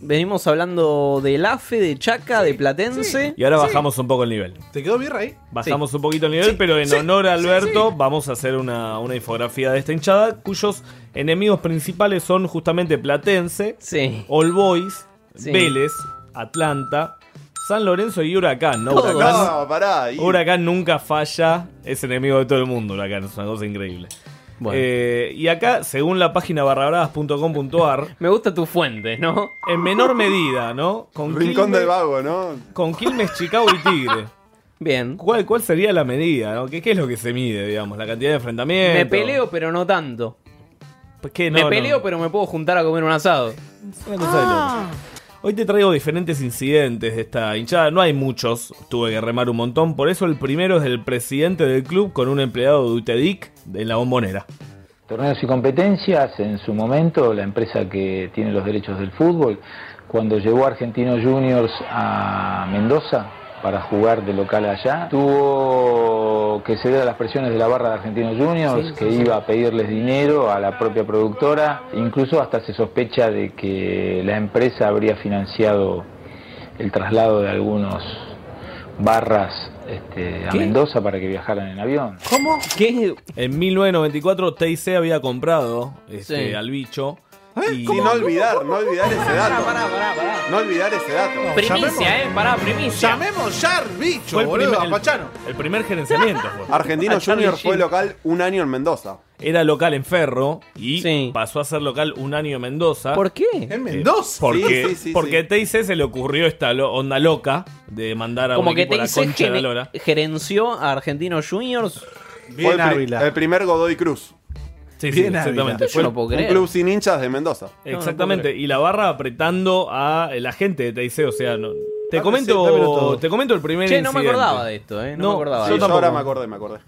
[SPEAKER 11] Venimos hablando del AFE, de Chaca, de Platense.
[SPEAKER 10] Y ahora bajamos un poco el nivel.
[SPEAKER 1] ¿Te quedó birra ahí?
[SPEAKER 10] Bajamos un poquito el nivel, pero en honor a Alberto vamos a hacer una, una infografía de esta hinchada cuyos enemigos principales son justamente Platense, All Boys,
[SPEAKER 12] Sí.
[SPEAKER 10] Vélez, Atlanta, San Lorenzo y Huracán. ¿no? Huracán,
[SPEAKER 12] No, pará. ahí.
[SPEAKER 10] Huracán nunca falla, es enemigo de todo el mundo, Huracán, es una cosa increíble. Eh, y acá, según la página barrabradas.com.ar...
[SPEAKER 11] Me gusta tu fuente, ¿no?
[SPEAKER 10] En menor medida, ¿no? Con
[SPEAKER 12] Rincón
[SPEAKER 10] Quilmes-
[SPEAKER 12] del Vago, ¿no?
[SPEAKER 10] con Quilmes, Chicago y Tigre.
[SPEAKER 11] Bien.
[SPEAKER 10] ¿Cuál, cuál sería la medida? no? ¿Qué, qué es lo que se mide, digamos? La cantidad de enfrentamientos.
[SPEAKER 11] Me peleo, pero no tanto.
[SPEAKER 10] Pues que
[SPEAKER 11] me
[SPEAKER 10] no,
[SPEAKER 11] peleo,
[SPEAKER 10] no.
[SPEAKER 11] pero me puedo juntar a comer un asado.
[SPEAKER 10] Una cosa de
[SPEAKER 11] Ah.
[SPEAKER 10] locos. Hoy te traigo diferentes incidentes de esta hinchada. No hay muchos, tuve que remar un montón. Por eso el primero es el presidente del club con un empleado de UTEDIC de la bombonera.
[SPEAKER 20] Torneos y competencias, en su momento la empresa que tiene los derechos del fútbol, cuando llegó Argentinos Juniors a Mendoza para jugar de local allá, tuvo que ceder a las presiones de la barra de Argentinos Juniors,
[SPEAKER 21] Sí,
[SPEAKER 20] que
[SPEAKER 21] sí, sí.
[SPEAKER 20] iba a pedirles dinero a la propia productora, incluso hasta se sospecha de que la empresa habría financiado el traslado de algunos barras este, a
[SPEAKER 10] ¿Qué?
[SPEAKER 20] Mendoza para que viajaran en avión.
[SPEAKER 10] ¿Cómo? ¿Qué? En 1994 TIC había comprado este,
[SPEAKER 12] Sí.
[SPEAKER 10] al bicho. y-
[SPEAKER 12] Y no olvidar, no olvidar ese dato. No olvidar ese dato.
[SPEAKER 11] Primicia, eh, pará, primicia.
[SPEAKER 1] Llamemos ya al bicho,
[SPEAKER 10] Fue el
[SPEAKER 1] boludo,
[SPEAKER 10] primer-
[SPEAKER 1] a Pachano.
[SPEAKER 10] El primer gerenciamiento fue.
[SPEAKER 12] Argentino
[SPEAKER 10] A Charlie
[SPEAKER 12] Junior fue
[SPEAKER 10] Sheen.
[SPEAKER 12] local un año en Mendoza.
[SPEAKER 10] Era local en Ferro y pasó a ser local un año en Mendoza.
[SPEAKER 11] ¿Por qué?
[SPEAKER 1] ¿En
[SPEAKER 10] Eh, porque
[SPEAKER 12] Sí, sí, sí,
[SPEAKER 10] porque
[SPEAKER 12] sí.
[SPEAKER 10] TIC se le ocurrió esta lo- onda loca de mandar a
[SPEAKER 11] Como
[SPEAKER 10] un
[SPEAKER 11] que
[SPEAKER 10] equipo a la
[SPEAKER 11] TIC
[SPEAKER 10] concha de la
[SPEAKER 11] gene-
[SPEAKER 10] lora.
[SPEAKER 11] gerenció a Argentinos Juniors.
[SPEAKER 12] Fue el, pri- el primer Godoy Cruz.
[SPEAKER 10] Sí, sí, exactamente. Fue
[SPEAKER 12] un club sin hinchas de Mendoza.
[SPEAKER 10] Exactamente, y la barra apretando a eh, la gente de Teiseo, o sea, no- te
[SPEAKER 12] Ah, dámelo
[SPEAKER 10] comento,
[SPEAKER 12] todo.
[SPEAKER 10] te comento el primer
[SPEAKER 11] Che, no me
[SPEAKER 10] incidente.
[SPEAKER 11] acordaba de esto, ¿eh? No, me acordaba.
[SPEAKER 12] Sí,
[SPEAKER 11] de
[SPEAKER 12] yo
[SPEAKER 11] esto.
[SPEAKER 12] ahora me acordé, me acordé.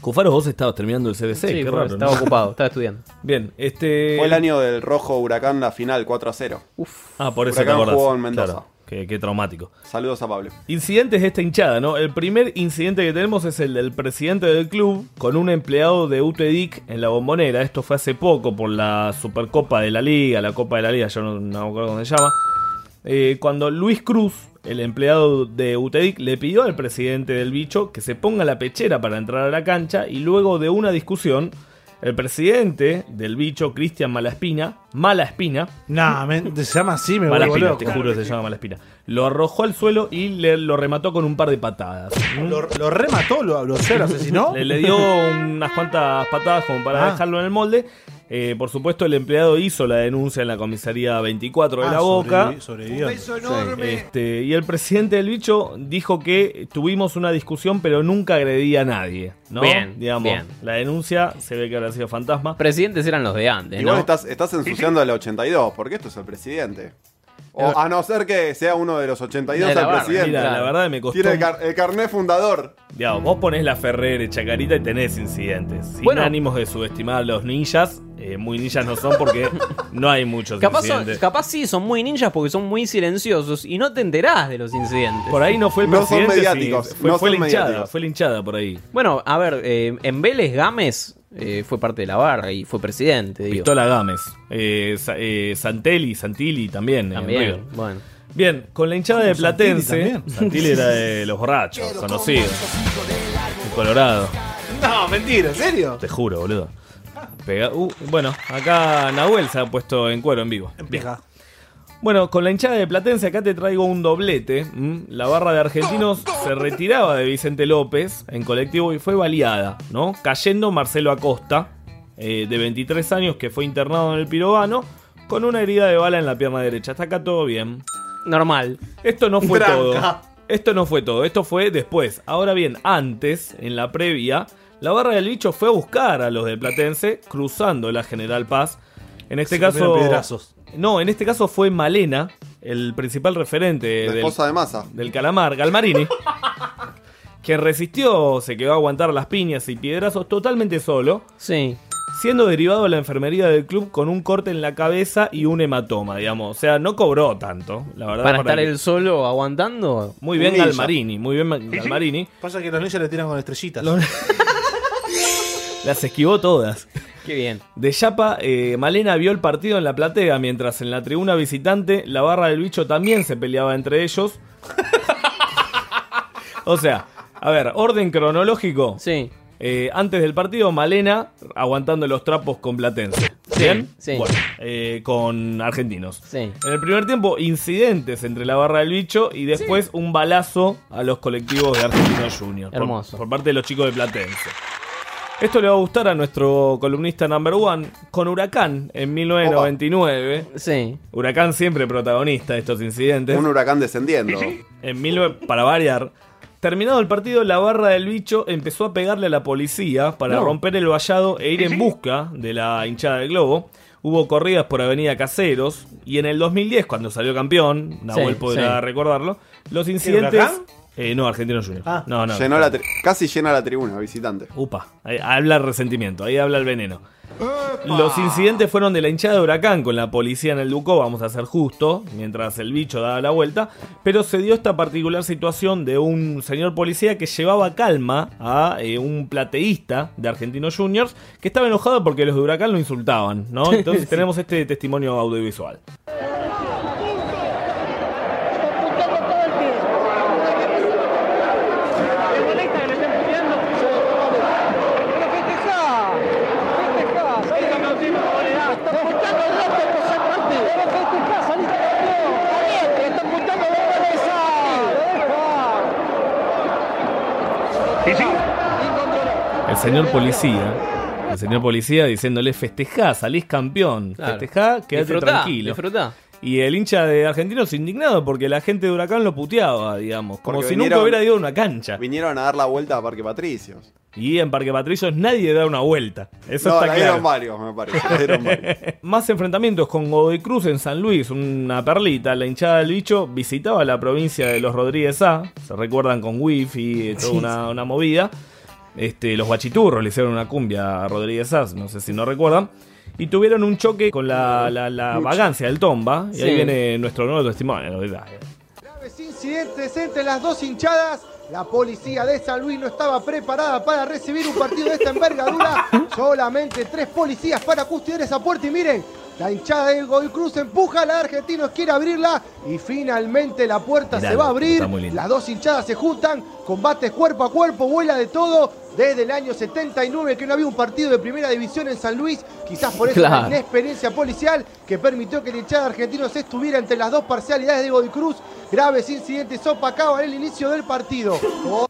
[SPEAKER 10] Cufaro, vos estabas terminando el CDC,
[SPEAKER 11] Sí,
[SPEAKER 10] qué
[SPEAKER 11] porque
[SPEAKER 10] raro. ¿no?
[SPEAKER 11] estaba ocupado, estaba estudiando.
[SPEAKER 10] Bien, este
[SPEAKER 12] Fue el año del Rojo Huracán, la final 4 a 0.
[SPEAKER 10] Ah, por eso
[SPEAKER 12] Huracán
[SPEAKER 10] te acordás.
[SPEAKER 12] jugó en Mendoza.
[SPEAKER 10] Claro, qué, qué traumático.
[SPEAKER 12] Saludos a Pablo.
[SPEAKER 10] Incidentes de esta hinchada, ¿no? El primer incidente que tenemos es el del presidente del club con un empleado de UTEDIC en la bombonera. Esto fue hace poco por la Supercopa de la Liga, la Copa de la Liga, yo no, no me acuerdo cómo se llama. Eh, cuando Luis Cruz, el empleado de UTEDIC, le pidió al presidente del bicho que se ponga la pechera para entrar a la cancha y luego de una discusión, el presidente del bicho, Cristian Malaspina, Malaspina,
[SPEAKER 1] Nah, men, se llama así, me vuelvo
[SPEAKER 10] Malaspina,
[SPEAKER 1] loco.
[SPEAKER 10] te juro que se llama Malaspina. Lo arrojó al suelo y le, lo remató con un par de patadas.
[SPEAKER 1] Lo, lo remató, lo, lo cero asesinó.
[SPEAKER 10] Le, le dio unas cuantas patadas como para
[SPEAKER 1] Ah.
[SPEAKER 10] dejarlo en el molde. Eh, por supuesto, el empleado hizo la denuncia en la comisaría 24 de
[SPEAKER 1] Ah,
[SPEAKER 10] la Boca.
[SPEAKER 1] sobrevivi- sobrevivió. Un beso enorme.
[SPEAKER 10] Este, y el presidente del bicho dijo que tuvimos una discusión, pero nunca agredí a nadie. ¿no?
[SPEAKER 11] Bien,
[SPEAKER 10] Digamos,
[SPEAKER 11] bien.
[SPEAKER 10] la denuncia se ve que habrá sido fantasma.
[SPEAKER 11] Presidentes eran los de antes,
[SPEAKER 12] Igual
[SPEAKER 11] ¿no?
[SPEAKER 12] estás, estás ensuciando a la 82, porque esto es el presidente. O a no ser que sea uno de los 82
[SPEAKER 10] Mira,
[SPEAKER 12] el
[SPEAKER 10] la verdad,
[SPEAKER 12] presidente.
[SPEAKER 10] mira, la verdad me costó
[SPEAKER 12] Tiene el,
[SPEAKER 10] un-
[SPEAKER 12] car- el carnet fundador.
[SPEAKER 10] Digamos, vos ponés la Ferrere, Chacarita y tenés incidentes. Sin
[SPEAKER 11] Bueno.
[SPEAKER 10] ánimos de subestimar a los ninjas, eh, muy ninjas no son porque no hay muchos
[SPEAKER 11] Capaz, son-
[SPEAKER 10] incidentes.
[SPEAKER 11] capaz sí, son muy ninjas porque son muy silenciosos y no te enterás de los incidentes.
[SPEAKER 10] Por ahí no fue el
[SPEAKER 11] No son
[SPEAKER 10] presidente, sí,
[SPEAKER 11] mediáticos,
[SPEAKER 10] fue,
[SPEAKER 11] no
[SPEAKER 10] fue
[SPEAKER 11] son
[SPEAKER 10] la hinchada,
[SPEAKER 11] mediáticos.
[SPEAKER 10] fue la hinchada por ahí.
[SPEAKER 11] Bueno, a ver, eh, en Vélez Gámez eh, fue parte de la barra y fue presidente. Digo.
[SPEAKER 10] Pistola Gámez, eh, Sa- eh, Santelli, Santilli también. eh,
[SPEAKER 11] También,
[SPEAKER 10] River.
[SPEAKER 11] bueno.
[SPEAKER 10] Bien, con la hinchada de
[SPEAKER 11] Santilli
[SPEAKER 10] Platense,
[SPEAKER 11] también.
[SPEAKER 10] Santilli era de los borrachos, conocido, de Colorado.
[SPEAKER 1] No, mentira, ¿en serio?
[SPEAKER 10] Te juro, boludo. Pega- uh, bueno, acá Nahuel se ha puesto en cuero en vivo. Bien. Bueno, con la hinchada de Platense acá te traigo un doblete. ¿m? La barra de argentinos se retiraba de Vicente López en colectivo y fue baleada, ¿no? Cayendo Marcelo Acosta, eh, de 23 años, que fue internado en el pirobano, con una herida de bala en la pierna derecha. Hasta acá todo bien.
[SPEAKER 11] Normal.
[SPEAKER 10] Esto no fue
[SPEAKER 11] Tranca.
[SPEAKER 10] todo. Esto no fue todo, esto fue después. Ahora bien, antes, en la previa, la barra del bicho fue a buscar a los de Platense cruzando la General Paz. En este
[SPEAKER 1] Se
[SPEAKER 10] caso.
[SPEAKER 1] comieron piedrazos.
[SPEAKER 10] No, en este caso fue Malena, el principal referente Eh,
[SPEAKER 12] La
[SPEAKER 10] del,
[SPEAKER 12] esposa de masa.
[SPEAKER 10] del calamar, Galmarini. quien resistió, se quedó a aguantar las piñas y piedrazos totalmente solo.
[SPEAKER 11] Sí.
[SPEAKER 10] Siendo derivado a la enfermería del club con un corte en la cabeza y un hematoma, digamos. O sea, no cobró tanto, la verdad.
[SPEAKER 11] Para estar
[SPEAKER 10] que-
[SPEAKER 11] él solo aguantando.
[SPEAKER 10] Muy bien Galmarini, muy bien Galmarini.
[SPEAKER 1] Pasa que los ninjas le tiran con estrellitas.
[SPEAKER 10] Las esquivó todas.
[SPEAKER 11] Qué bien.
[SPEAKER 10] De Chapa, eh, Malena vio el partido en la platea, mientras en la tribuna visitante la barra del bicho también se peleaba entre ellos. o sea, a ver, orden cronológico. Eh,
[SPEAKER 11] Sí.
[SPEAKER 10] antes del partido, Malena aguantando los trapos con Platense. ¿Bien?
[SPEAKER 11] sí.
[SPEAKER 10] Bueno, eh, con argentinos. En el primer tiempo, incidentes entre la barra del bicho y después un balazo a los colectivos de Argentinos Juniors. por-
[SPEAKER 11] Hermoso.
[SPEAKER 10] Por, parte de los chicos de Platense. Esto le va a gustar a nuestro columnista number one con Huracán en 1999.
[SPEAKER 11] Sí.
[SPEAKER 10] Huracán siempre protagonista de estos incidentes.
[SPEAKER 12] Un huracán descendiendo.
[SPEAKER 10] En 19 para variar. Terminado el partido, la barra del bicho empezó a pegarle a la policía para
[SPEAKER 11] No.
[SPEAKER 10] romper el vallado e ir en busca de la hinchada del globo. Hubo corridas por Avenida Caseros y en el 2010, cuando salió campeón, Nahuel
[SPEAKER 12] Sí,
[SPEAKER 10] podrá
[SPEAKER 12] sí.
[SPEAKER 10] recordarlo, los incidentes...
[SPEAKER 12] Huracán? Ah.
[SPEAKER 10] Eh, no, Argentino Junior. No, no.
[SPEAKER 12] Llenó la tri- casi llena la tribuna, visitante.
[SPEAKER 10] Upa, ahí habla el resentimiento, ahí habla el veneno. Los incidentes fueron de la hinchada de Huracán con la policía en el Ducó, vamos a ser justo, mientras el bicho daba la vuelta, pero se dio esta particular situación de un señor policía que llevaba calma a eh, un plateísta de Argentinos Juniors que estaba enojado porque los de Huracán lo insultaban, ¿no? Entonces
[SPEAKER 11] Sí.
[SPEAKER 10] tenemos este testimonio audiovisual. El señor policía. El señor policía diciéndole festejá, salís campeón.
[SPEAKER 11] Claro.
[SPEAKER 10] Festejá, quédate
[SPEAKER 11] Disfrutá,
[SPEAKER 10] tranquilo.
[SPEAKER 11] disfrutá.
[SPEAKER 10] Y el hincha de Argentinos indignado porque la gente de Huracán lo puteaba, digamos. Como
[SPEAKER 12] Porque
[SPEAKER 10] si
[SPEAKER 12] vinieron-
[SPEAKER 10] nunca hubiera ido a una cancha.
[SPEAKER 12] Vinieron a dar la vuelta a Parque Patricios.
[SPEAKER 10] Y en Parque Patricios nadie da una vuelta. Eso
[SPEAKER 12] no,
[SPEAKER 10] está
[SPEAKER 12] la
[SPEAKER 10] claro.
[SPEAKER 12] dieron varios, me parece. La dieron varios.
[SPEAKER 10] Más enfrentamientos con Godoy Cruz en San Luis, una perlita. La hinchada del bicho visitaba la provincia de los Rodríguez A. Se recuerdan con wifi, eh, toda
[SPEAKER 11] Sí,
[SPEAKER 10] una, una movida. Este, los guachiturros le hicieron una cumbia a Rodríguez A, no sé si no recuerdan. Y tuvieron un choque con la, la- la vagancia del Tomba. Y ahí
[SPEAKER 21] Sí.
[SPEAKER 10] viene nuestro nuevo testimonio. la verdad.
[SPEAKER 21] Graves incidentes entre las dos hinchadas. La policía de San Luis no estaba preparada para recibir un partido de esta envergadura. Solamente tres policías para custodiar esa puerta. Y miren, la hinchada de Godoy Cruz empuja a la Argentinos, quiere abrirla. Y finalmente la puerta
[SPEAKER 10] Mirá,
[SPEAKER 21] se va a abrir.
[SPEAKER 10] está muy lindo.
[SPEAKER 21] Las dos hinchadas se juntan. Combates cuerpo a cuerpo, vuela de todo. Desde el año 79 que no había un partido de primera división en San Luis. Quizás por eso la
[SPEAKER 11] Claro.
[SPEAKER 21] experiencia policial que permitió que el hinchada argentino se estuviera entre las dos parcialidades de Godoy Cruz. Graves incidentes opacaban el inicio del partido. Oh.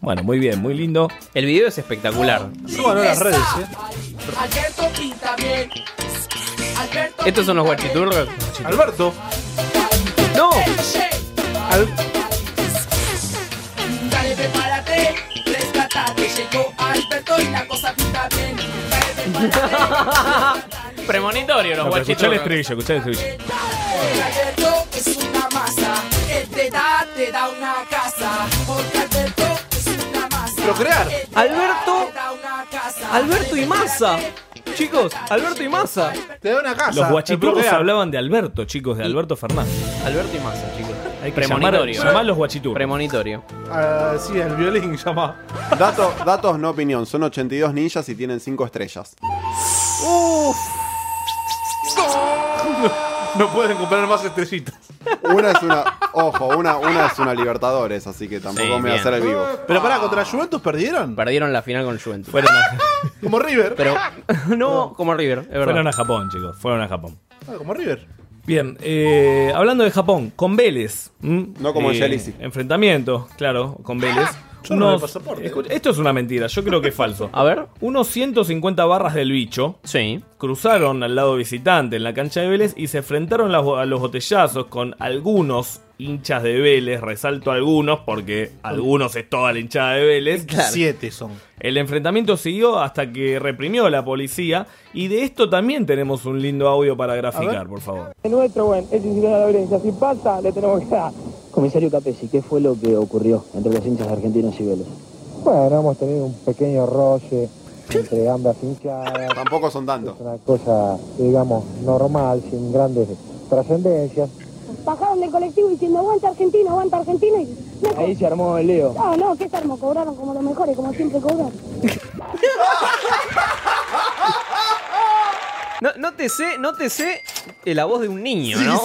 [SPEAKER 10] Bueno, muy bien, muy lindo.
[SPEAKER 11] El video es espectacular.
[SPEAKER 4] ¿eh?
[SPEAKER 13] Alberto pinta bien. Alberto.
[SPEAKER 11] Estos son los guachiturros.
[SPEAKER 1] Alberto.
[SPEAKER 11] No.
[SPEAKER 13] Dale, prepárate, rescatate. Llegó Alberto y la cosa pinta bien. Dale, prepárate.
[SPEAKER 11] Premonitorio, los
[SPEAKER 10] No, pero escuchá el
[SPEAKER 11] guachiturros.
[SPEAKER 10] estribillo, escuchá el estribillo.
[SPEAKER 13] Porque Alberto es una masa. Que te da, te da una casa. Porque Alberto es una masa.
[SPEAKER 11] Procrear.
[SPEAKER 13] que te da,
[SPEAKER 11] Alberto.
[SPEAKER 13] te da una casa.
[SPEAKER 11] Alberto y Massa. Chicos, Alberto y Massa.
[SPEAKER 1] Te da una casa.
[SPEAKER 10] Los guachiturros
[SPEAKER 1] Procrear.
[SPEAKER 10] hablaban de Alberto, chicos, de Alberto Fernández.
[SPEAKER 11] Alberto y Massa, chicos.
[SPEAKER 10] Hay que
[SPEAKER 11] Premonitorio.
[SPEAKER 10] llamar- llamar a los guachiturros.
[SPEAKER 11] Premonitorio.
[SPEAKER 1] Ah, sí, el violín llama.
[SPEAKER 12] Dato- datos, no opinión. Son 82 ninjas y tienen 5 estrellas.
[SPEAKER 13] Uf.
[SPEAKER 1] No pueden comprar más estrellitas.
[SPEAKER 12] Una es una. Ojo, una, una es una Libertadores, así que tampoco
[SPEAKER 11] Sí,
[SPEAKER 12] me voy a
[SPEAKER 11] bien.
[SPEAKER 12] hacer el vivo.
[SPEAKER 1] Pero pará, contra Juventus perdieron.
[SPEAKER 11] Perdieron la final con Juventus.
[SPEAKER 1] Como River.
[SPEAKER 11] Pero no como River, es verdad.
[SPEAKER 10] Fueron a Japón, chicos, fueron a Japón.
[SPEAKER 1] Ah, como River.
[SPEAKER 10] Bien, eh, hablando de Japón, con Vélez. ¿m?
[SPEAKER 12] No como
[SPEAKER 10] Eh,
[SPEAKER 12] el Chelsea.
[SPEAKER 10] Enfrentamiento, claro, con Vélez.
[SPEAKER 1] Ah, Yo no
[SPEAKER 10] Unos-
[SPEAKER 1] doy pasaporte.
[SPEAKER 10] escucha, esto es una mentira, yo creo que es falso.
[SPEAKER 11] A ver.
[SPEAKER 10] Unos 150 barras del bicho cruzaron al lado visitante en la cancha de Vélez y se enfrentaron las- a los botellazos con algunos hinchas de Vélez, resalto algunos porque algunos es toda la hinchada de Vélez.
[SPEAKER 1] Siete son.
[SPEAKER 10] El enfrentamiento siguió hasta que reprimió la policía y de esto también tenemos un lindo audio para graficar, por favor.
[SPEAKER 4] El nuestro, bueno, es incitar a la violencia. Si pasa, le tenemos que dar.
[SPEAKER 22] Comisario Capesi, ¿qué fue lo que ocurrió entre los hinchas argentinos y Vélez?
[SPEAKER 4] Bueno, hemos tenido un pequeño roce entre ambas hinchadas.
[SPEAKER 12] Tampoco son tantos.
[SPEAKER 4] Una cosa, digamos, normal, sin grandes trascendencias.
[SPEAKER 23] Bajaron del colectivo diciendo aguanta Argentina, aguanta Argentina. Y...
[SPEAKER 4] Ahí se armó el lío.
[SPEAKER 23] No, no, ¿qué se armó? Cobraron como los mejores, como siempre cobraron.
[SPEAKER 11] No, no te sé, no te sé eh, la voz de un niño, ¿no?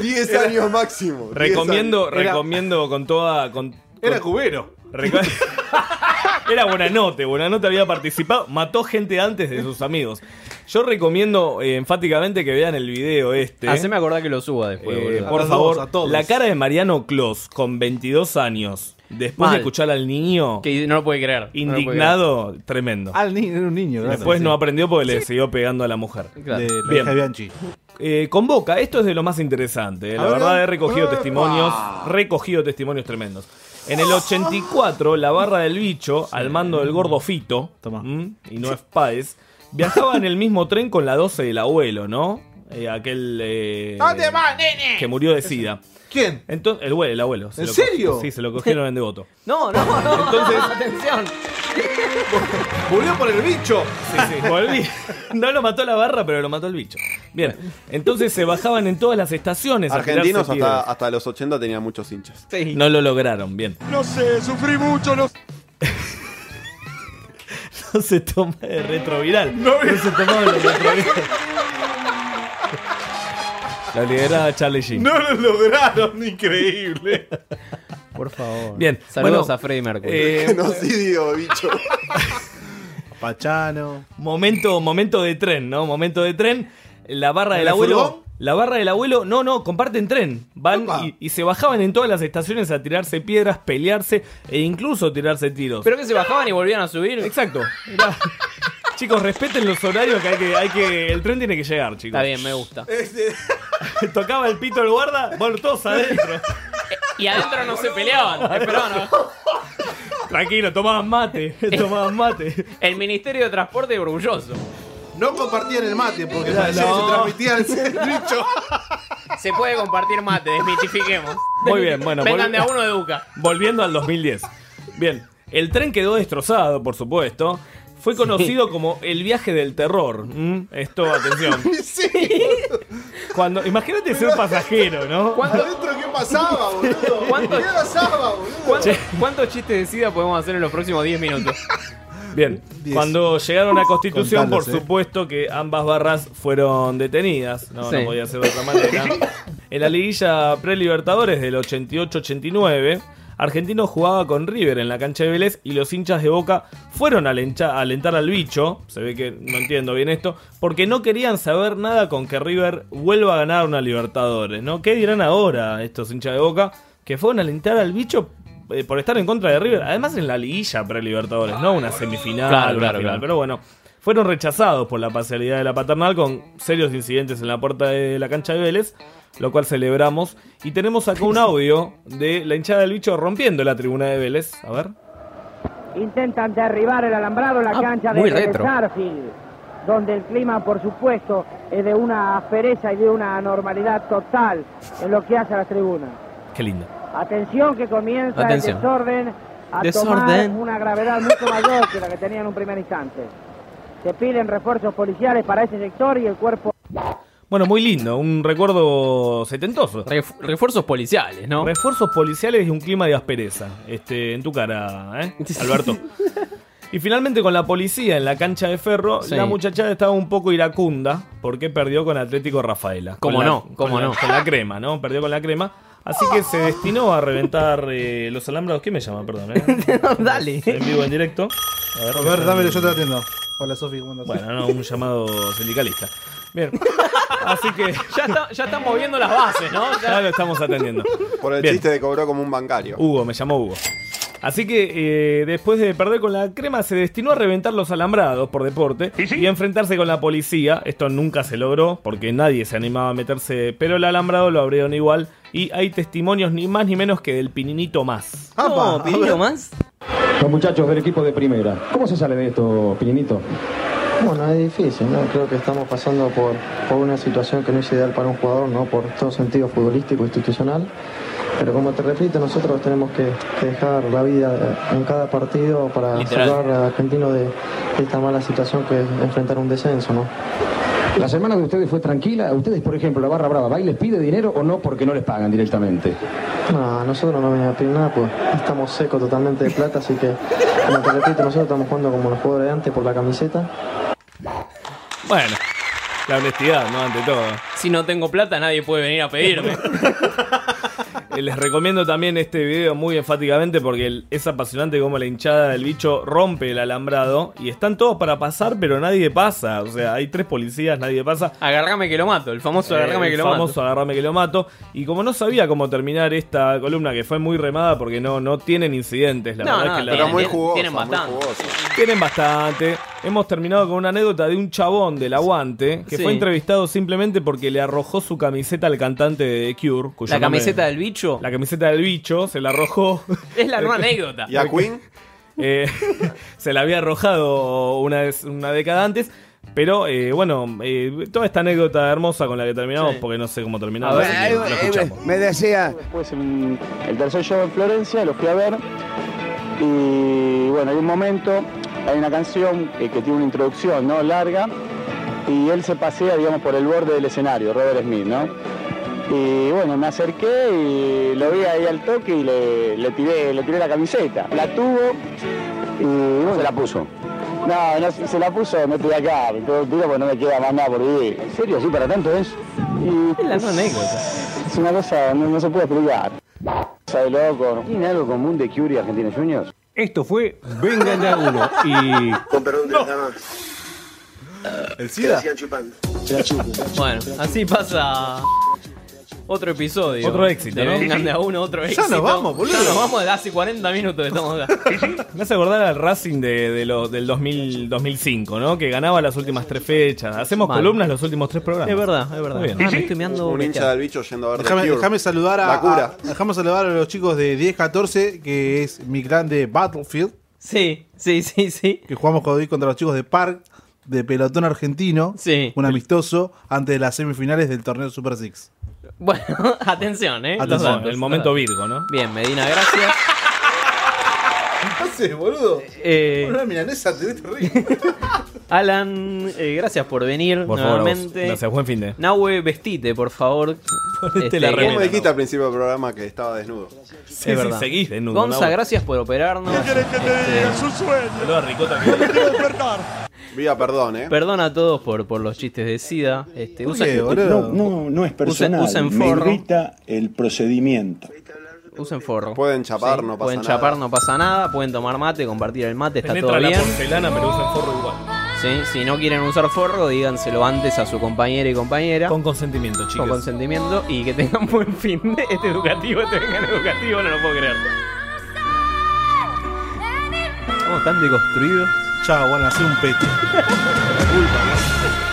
[SPEAKER 12] 10
[SPEAKER 10] Era-
[SPEAKER 12] años máximo. 10
[SPEAKER 10] Recomiendo,
[SPEAKER 12] años.
[SPEAKER 10] recomiendo con toda. Con,
[SPEAKER 1] Era cubero.
[SPEAKER 10] reco- Era Buenanote, Buenanote había participado, mató gente antes de sus amigos. Yo recomiendo eh, enfáticamente que vean el video este.
[SPEAKER 11] Haceme acordar que lo suba después.
[SPEAKER 10] Eh,
[SPEAKER 11] boludo.
[SPEAKER 10] por favor, la cara de Mariano Clos con 22 años, después
[SPEAKER 11] Mal.
[SPEAKER 10] de escuchar al niño
[SPEAKER 11] Que no lo puede creer. no lo puede
[SPEAKER 10] indignado, tremendo.
[SPEAKER 1] Ah, el niño, era un niño. claro.
[SPEAKER 10] Después
[SPEAKER 1] Sí.
[SPEAKER 10] no aprendió porque le siguió pegando a la mujer.
[SPEAKER 1] Claro. De la hija de Bianchi.
[SPEAKER 10] Eh, con Boca, esto es de lo más interesante. eh. La
[SPEAKER 1] A ver, Ah.
[SPEAKER 10] verdad, he
[SPEAKER 1] dale.
[SPEAKER 10] recogido
[SPEAKER 1] ¡Epa!
[SPEAKER 10] testimonios. Recogido testimonios tremendos. En el 84, la barra del bicho, al mando del gordo Fito, ¿m? y no es Páez, viajaba en el mismo tren con la 12 del abuelo, ¿no? Eh, aquel eh,
[SPEAKER 1] ¿Dónde va, nene?
[SPEAKER 10] que murió de sida.
[SPEAKER 1] ¿Quién?
[SPEAKER 10] Entonces, el abuelo, el abuelo. Se
[SPEAKER 1] ¿En
[SPEAKER 10] lo co-
[SPEAKER 1] serio?
[SPEAKER 10] Sí, se lo cogieron en devoto.
[SPEAKER 11] creer. No, no, no.
[SPEAKER 10] Entonces-
[SPEAKER 11] atención.
[SPEAKER 1] Murió por el bicho.
[SPEAKER 10] Sí, sí, volví. No lo mató la barra, pero lo mató el bicho. Bien, entonces se bajaban en todas las estaciones. a
[SPEAKER 12] Argentinos
[SPEAKER 10] tirarse tiros.
[SPEAKER 12] hasta, hasta los 80 tenían muchos hinchas.
[SPEAKER 10] No lo lograron, bien.
[SPEAKER 13] No sé, sufrí mucho, no
[SPEAKER 10] No se toma de retroviral. No, se tomaba de retroviral. La lideraba Charlie Sheen.
[SPEAKER 1] No lo lograron, increíble.
[SPEAKER 11] Por favor.
[SPEAKER 10] Bien,
[SPEAKER 11] Saludos
[SPEAKER 10] bueno,
[SPEAKER 11] a Freddy Mercury.
[SPEAKER 10] eh,
[SPEAKER 12] Genocidio, bicho.
[SPEAKER 1] Pachano.
[SPEAKER 10] Momento, momento de tren, ¿no? Momento de tren. La barra
[SPEAKER 1] ¿En
[SPEAKER 10] del
[SPEAKER 1] el
[SPEAKER 10] abuelo.
[SPEAKER 1] furgón?
[SPEAKER 10] La barra del abuelo, no, no, comparten tren. Van y, y se bajaban en todas las estaciones a tirarse piedras, pelearse e incluso tirarse tiros.
[SPEAKER 11] Pero que se bajaban y volvían a subir.
[SPEAKER 10] Exacto. Chicos, respeten los horarios que hay que, hay que. El tren tiene que llegar, chicos.
[SPEAKER 11] Está bien, me gusta.
[SPEAKER 1] Este.
[SPEAKER 10] Tocaba el pito el guarda, bueno, todos adentro.
[SPEAKER 11] Y adentro no se peleaban. Esperaban.
[SPEAKER 10] Tranquilo, tomás mate. Tomás mate.
[SPEAKER 11] El Ministerio de Transporte orgulloso.
[SPEAKER 1] No compartían el mate porque parecía que se transmitía el centricho.
[SPEAKER 11] Se puede compartir mate, desmitifiquemos.
[SPEAKER 10] Muy bien, bueno,
[SPEAKER 11] Vengan
[SPEAKER 10] volvi-
[SPEAKER 11] de a uno de Duca.
[SPEAKER 10] Volviendo al 2010. Bien, el tren quedó destrozado, por supuesto. Fue conocido como el viaje del terror. ¿Mm? Esto, atención. Cuando, imagínate ser pasajero, ¿no?
[SPEAKER 1] ¿Adentro qué pasaba, boludo?
[SPEAKER 11] ¿Cuánto-
[SPEAKER 1] ¿Qué pasaba, boludo?
[SPEAKER 11] ¿Cuánto- ¿Cuántos chistes de SIDA podemos hacer en los próximos 10 minutos?
[SPEAKER 10] Bien, cuando llegaron a Constitución, por
[SPEAKER 11] Contalos, eh.
[SPEAKER 10] supuesto que ambas barras fueron detenidas. No,
[SPEAKER 11] Sí.
[SPEAKER 10] no podía ser de otra manera. En la liguilla pre-Libertadores del 88-89, Argentino jugaba con River en la cancha de Vélez y los hinchas de Boca fueron a alencha- a alentar al bicho, se ve que no entiendo bien esto, porque no querían saber nada con que River vuelva a ganar una Libertadores, ¿no? ¿Qué dirán ahora estos hinchas de Boca que fueron a alentar al bicho eh, por estar en contra de River? Además en la liguilla pre-Libertadores, no una semifinal,
[SPEAKER 11] Claro,
[SPEAKER 10] una
[SPEAKER 11] claro,
[SPEAKER 10] final,
[SPEAKER 11] claro.
[SPEAKER 10] pero bueno. Fueron rechazados por la parcialidad de la paternal con serios incidentes en la puerta de la cancha de Vélez, lo cual celebramos. Y tenemos acá un audio de la hinchada del bicho rompiendo la tribuna de Vélez. A ver.
[SPEAKER 8] Intentan derribar el alambrado en la cancha de
[SPEAKER 10] Ah, muy
[SPEAKER 8] de
[SPEAKER 10] retro.
[SPEAKER 8] Sarfield, donde el clima, por supuesto, es de una aspereza y de una anormalidad total en lo que hace a las tribunas.
[SPEAKER 10] Qué lindo.
[SPEAKER 8] Atención que comienza
[SPEAKER 10] Atención.
[SPEAKER 8] el desorden a
[SPEAKER 11] Desorden.
[SPEAKER 8] tomar una gravedad mucho mayor que la que tenía en un primer instante. Se piden refuerzos policiales para ese sector y el cuerpo...
[SPEAKER 10] Bueno, muy lindo, un recuerdo setentoso.
[SPEAKER 11] refuerzos policiales, ¿no?
[SPEAKER 10] Refuerzos policiales y un clima de aspereza. Este, en tu cara, ¿eh? Alberto. Y finalmente con la policía en la cancha de ferro,
[SPEAKER 11] Sí.
[SPEAKER 10] la muchachada estaba un poco iracunda porque perdió con Atlético Rafaela.
[SPEAKER 11] Cómo
[SPEAKER 10] Con la-
[SPEAKER 11] no, cómo
[SPEAKER 10] con la-
[SPEAKER 11] no.
[SPEAKER 10] con la crema, ¿no? Perdió con la crema. Así que se destinó a reventar eh, los alambrados. ¿Quién me llama? Perdón, ¿eh?
[SPEAKER 11] Dale.
[SPEAKER 10] En vivo, en directo. A ver,
[SPEAKER 1] A ver, dámelo, yo te atiendo. Hola, Sofi, ¿cómo andás?
[SPEAKER 10] Bueno, no, un llamado sindicalista. Bien. Así que.
[SPEAKER 11] Ya, está- ya están moviendo las bases, ¿no?
[SPEAKER 10] Ya
[SPEAKER 11] Ya-
[SPEAKER 10] lo estamos atendiendo.
[SPEAKER 12] Por el
[SPEAKER 10] Bien.
[SPEAKER 12] chiste de cobró como un bancario.
[SPEAKER 11] Uh,
[SPEAKER 10] Hugo, me llamó Hugo. Así que eh, después de perder con la crema, se destinó a reventar los alambrados por deporte y a enfrentarse con la policía. Esto nunca se logró porque nadie se animaba a meterse, pero el alambrado lo abrieron igual. Y hay testimonios ni más ni menos que del Pininito Más.
[SPEAKER 4] Ah,
[SPEAKER 11] No, Pinino más.
[SPEAKER 7] Los muchachos del equipo de primera, ¿cómo se sale de esto, Pininito?
[SPEAKER 22] Bueno, es difícil, ¿no? Creo que estamos pasando por, por una situación que no es ideal para un jugador, ¿no? Por todo sentido futbolístico, institucional. Pero como te repito, nosotros tenemos que, que dejar la vida en cada partido para
[SPEAKER 7] Literal.
[SPEAKER 22] salvar a Argentino de, de esta mala situación que es enfrentar un descenso, ¿no?
[SPEAKER 7] La semana de ustedes fue tranquila. Ustedes, por ejemplo, la barra brava, ¿va y les pide dinero o no porque no les pagan directamente?
[SPEAKER 22] No, nosotros no venimos a pedir nada, pues estamos secos totalmente de plata, así que, como te repito, nosotros estamos jugando como los jugadores de antes por la camiseta.
[SPEAKER 10] Bueno, la honestidad, ¿no? Ante todo.
[SPEAKER 11] Si no tengo plata, nadie puede venir a pedirme.
[SPEAKER 10] Eh, Les recomiendo también este video muy enfáticamente porque el- es apasionante como la hinchada del bicho rompe el alambrado y están todos para pasar, pero nadie pasa. O sea, hay tres policías, nadie pasa.
[SPEAKER 11] Agarrame que lo mato, el famoso agarrame
[SPEAKER 10] Eh,
[SPEAKER 11] que
[SPEAKER 10] el
[SPEAKER 11] lo
[SPEAKER 10] famoso agarrame que lo mato. Y como no sabía cómo terminar esta columna, que fue muy remada porque no, no tienen incidentes, la
[SPEAKER 11] No,
[SPEAKER 10] verdad
[SPEAKER 11] no,
[SPEAKER 10] es que la-
[SPEAKER 11] tienen- Pero muy tienen- jugosa, tienen muy bastante.
[SPEAKER 10] Tienen bastante. Hemos terminado con una anécdota de un chabón del aguante que
[SPEAKER 11] Sí.
[SPEAKER 10] fue entrevistado simplemente porque le arrojó su camiseta al cantante de The Cure. cuyo
[SPEAKER 11] ¿La
[SPEAKER 10] nombre-
[SPEAKER 11] camiseta del bicho?
[SPEAKER 10] La camiseta del bicho, se la arrojó.
[SPEAKER 11] mato. Es la nueva anécdota.
[SPEAKER 10] Eh, se la había arrojado una, vez- una década antes. Pero eh, bueno, eh, toda esta anécdota hermosa con la que terminamos, porque no sé cómo terminaba, así que lo escuchamos.
[SPEAKER 7] me decía.
[SPEAKER 4] Después en el tercer show en Florencia lo fui a ver y bueno, hay un momento, hay una canción eh, que tiene una introducción no larga y él se pasea, digamos, por el borde del escenario, Robert Smith, ¿no? Y bueno, me acerqué y lo vi ahí al toque y le, le tiré, le tiré la camiseta. La tuvo y bueno, se la puso. No, no, se la puso, no estoy acá, me pegó un tiro porque no me queda más nada por vivir. ¿En serio? ¿Sí para tanto es? Y-
[SPEAKER 11] Es la nueva anécdota.
[SPEAKER 4] es una cosa, no, no se puede explicar. Cosa de loco. ¿Tiene algo común de Curie y Argentinos Juniors?
[SPEAKER 7] Esto fue Vengan de a uno y. Ah,
[SPEAKER 4] Con perdón de las
[SPEAKER 1] ¿El
[SPEAKER 11] Bueno, así pasa Otro episodio.
[SPEAKER 10] Otro éxito, ¿no?
[SPEAKER 11] De Vengan de a uno, otro
[SPEAKER 10] Ya
[SPEAKER 11] éxito.
[SPEAKER 10] nos vamos, boludo.
[SPEAKER 11] Ya nos vamos de hace 40 minutos que estamos acá.
[SPEAKER 10] Me hace acordar al Racing de, de los- del 2000 2005, ¿no? Que ganaba las últimas tres fechas. Hacemos
[SPEAKER 11] Mal.
[SPEAKER 10] columnas los últimos tres programas.
[SPEAKER 11] Es verdad, es verdad.
[SPEAKER 10] Muy bien.
[SPEAKER 11] Ah, me estoy meando
[SPEAKER 12] Un hincha
[SPEAKER 11] breteado.
[SPEAKER 12] del bicho yendo a ver The
[SPEAKER 1] Déjame,
[SPEAKER 12] Cure.
[SPEAKER 1] déjame saludar a,
[SPEAKER 12] La cura.
[SPEAKER 1] a- déjame saludar a los chicos de 10-14, que es mi clan de Battlefield.
[SPEAKER 11] Sí, sí, sí, sí.
[SPEAKER 1] Que jugamos con- hoy contra los chicos de Park, de pelotón argentino. Un amistoso, antes de las semifinales del torneo Super Six.
[SPEAKER 11] Bueno, atención, ¿eh? Los
[SPEAKER 10] Atención,
[SPEAKER 11] datos.
[SPEAKER 10] el momento Virgo, ¿no?
[SPEAKER 11] Bien, Medina, gracias.
[SPEAKER 1] ¿Qué haces, boludo?
[SPEAKER 11] Eh,
[SPEAKER 1] Una milanesa este te
[SPEAKER 11] Alan, eh, gracias por venir
[SPEAKER 10] Por favor, a vos.
[SPEAKER 11] nuevamente.
[SPEAKER 10] Gracias, buen fin de.
[SPEAKER 11] Nahue, vestite, por favor. Este,
[SPEAKER 12] ¿Cómo
[SPEAKER 11] que-
[SPEAKER 12] me dijiste al principio del programa que estaba desnudo?
[SPEAKER 11] Es verdad. Gonza, gracias por operarnos. Este,
[SPEAKER 12] Vía perdón, ¿eh?
[SPEAKER 11] Perdón a todos por, por los chistes de SIDA. Este,
[SPEAKER 12] Oye,
[SPEAKER 11] usen-
[SPEAKER 12] boludo.
[SPEAKER 24] No, no es personal.
[SPEAKER 11] Usen, usen
[SPEAKER 24] me
[SPEAKER 11] forro.
[SPEAKER 24] irrita el procedimiento.
[SPEAKER 11] Usen forro.
[SPEAKER 12] Pueden chapar,
[SPEAKER 11] Sí,
[SPEAKER 12] no pasa
[SPEAKER 11] Pueden
[SPEAKER 12] nada.
[SPEAKER 11] chapar, no pasa nada. Pueden tomar mate, compartir el mate, está
[SPEAKER 10] Penetra
[SPEAKER 11] todo
[SPEAKER 10] la
[SPEAKER 11] bien.
[SPEAKER 10] porcelana,
[SPEAKER 11] Oh.
[SPEAKER 10] pero usa forro igual.
[SPEAKER 11] Sí, si no quieren usar forro, díganselo antes a su compañera y compañera. Con
[SPEAKER 10] consentimiento, chicos.
[SPEAKER 11] Con consentimiento y que tengan buen fin de este educativo, este vengan educativo, no lo puedo creer. ¿Cómo están deconstruidos?
[SPEAKER 1] Chao, bueno, hace un pecho.
[SPEAKER 11] Disculpa, ¿no?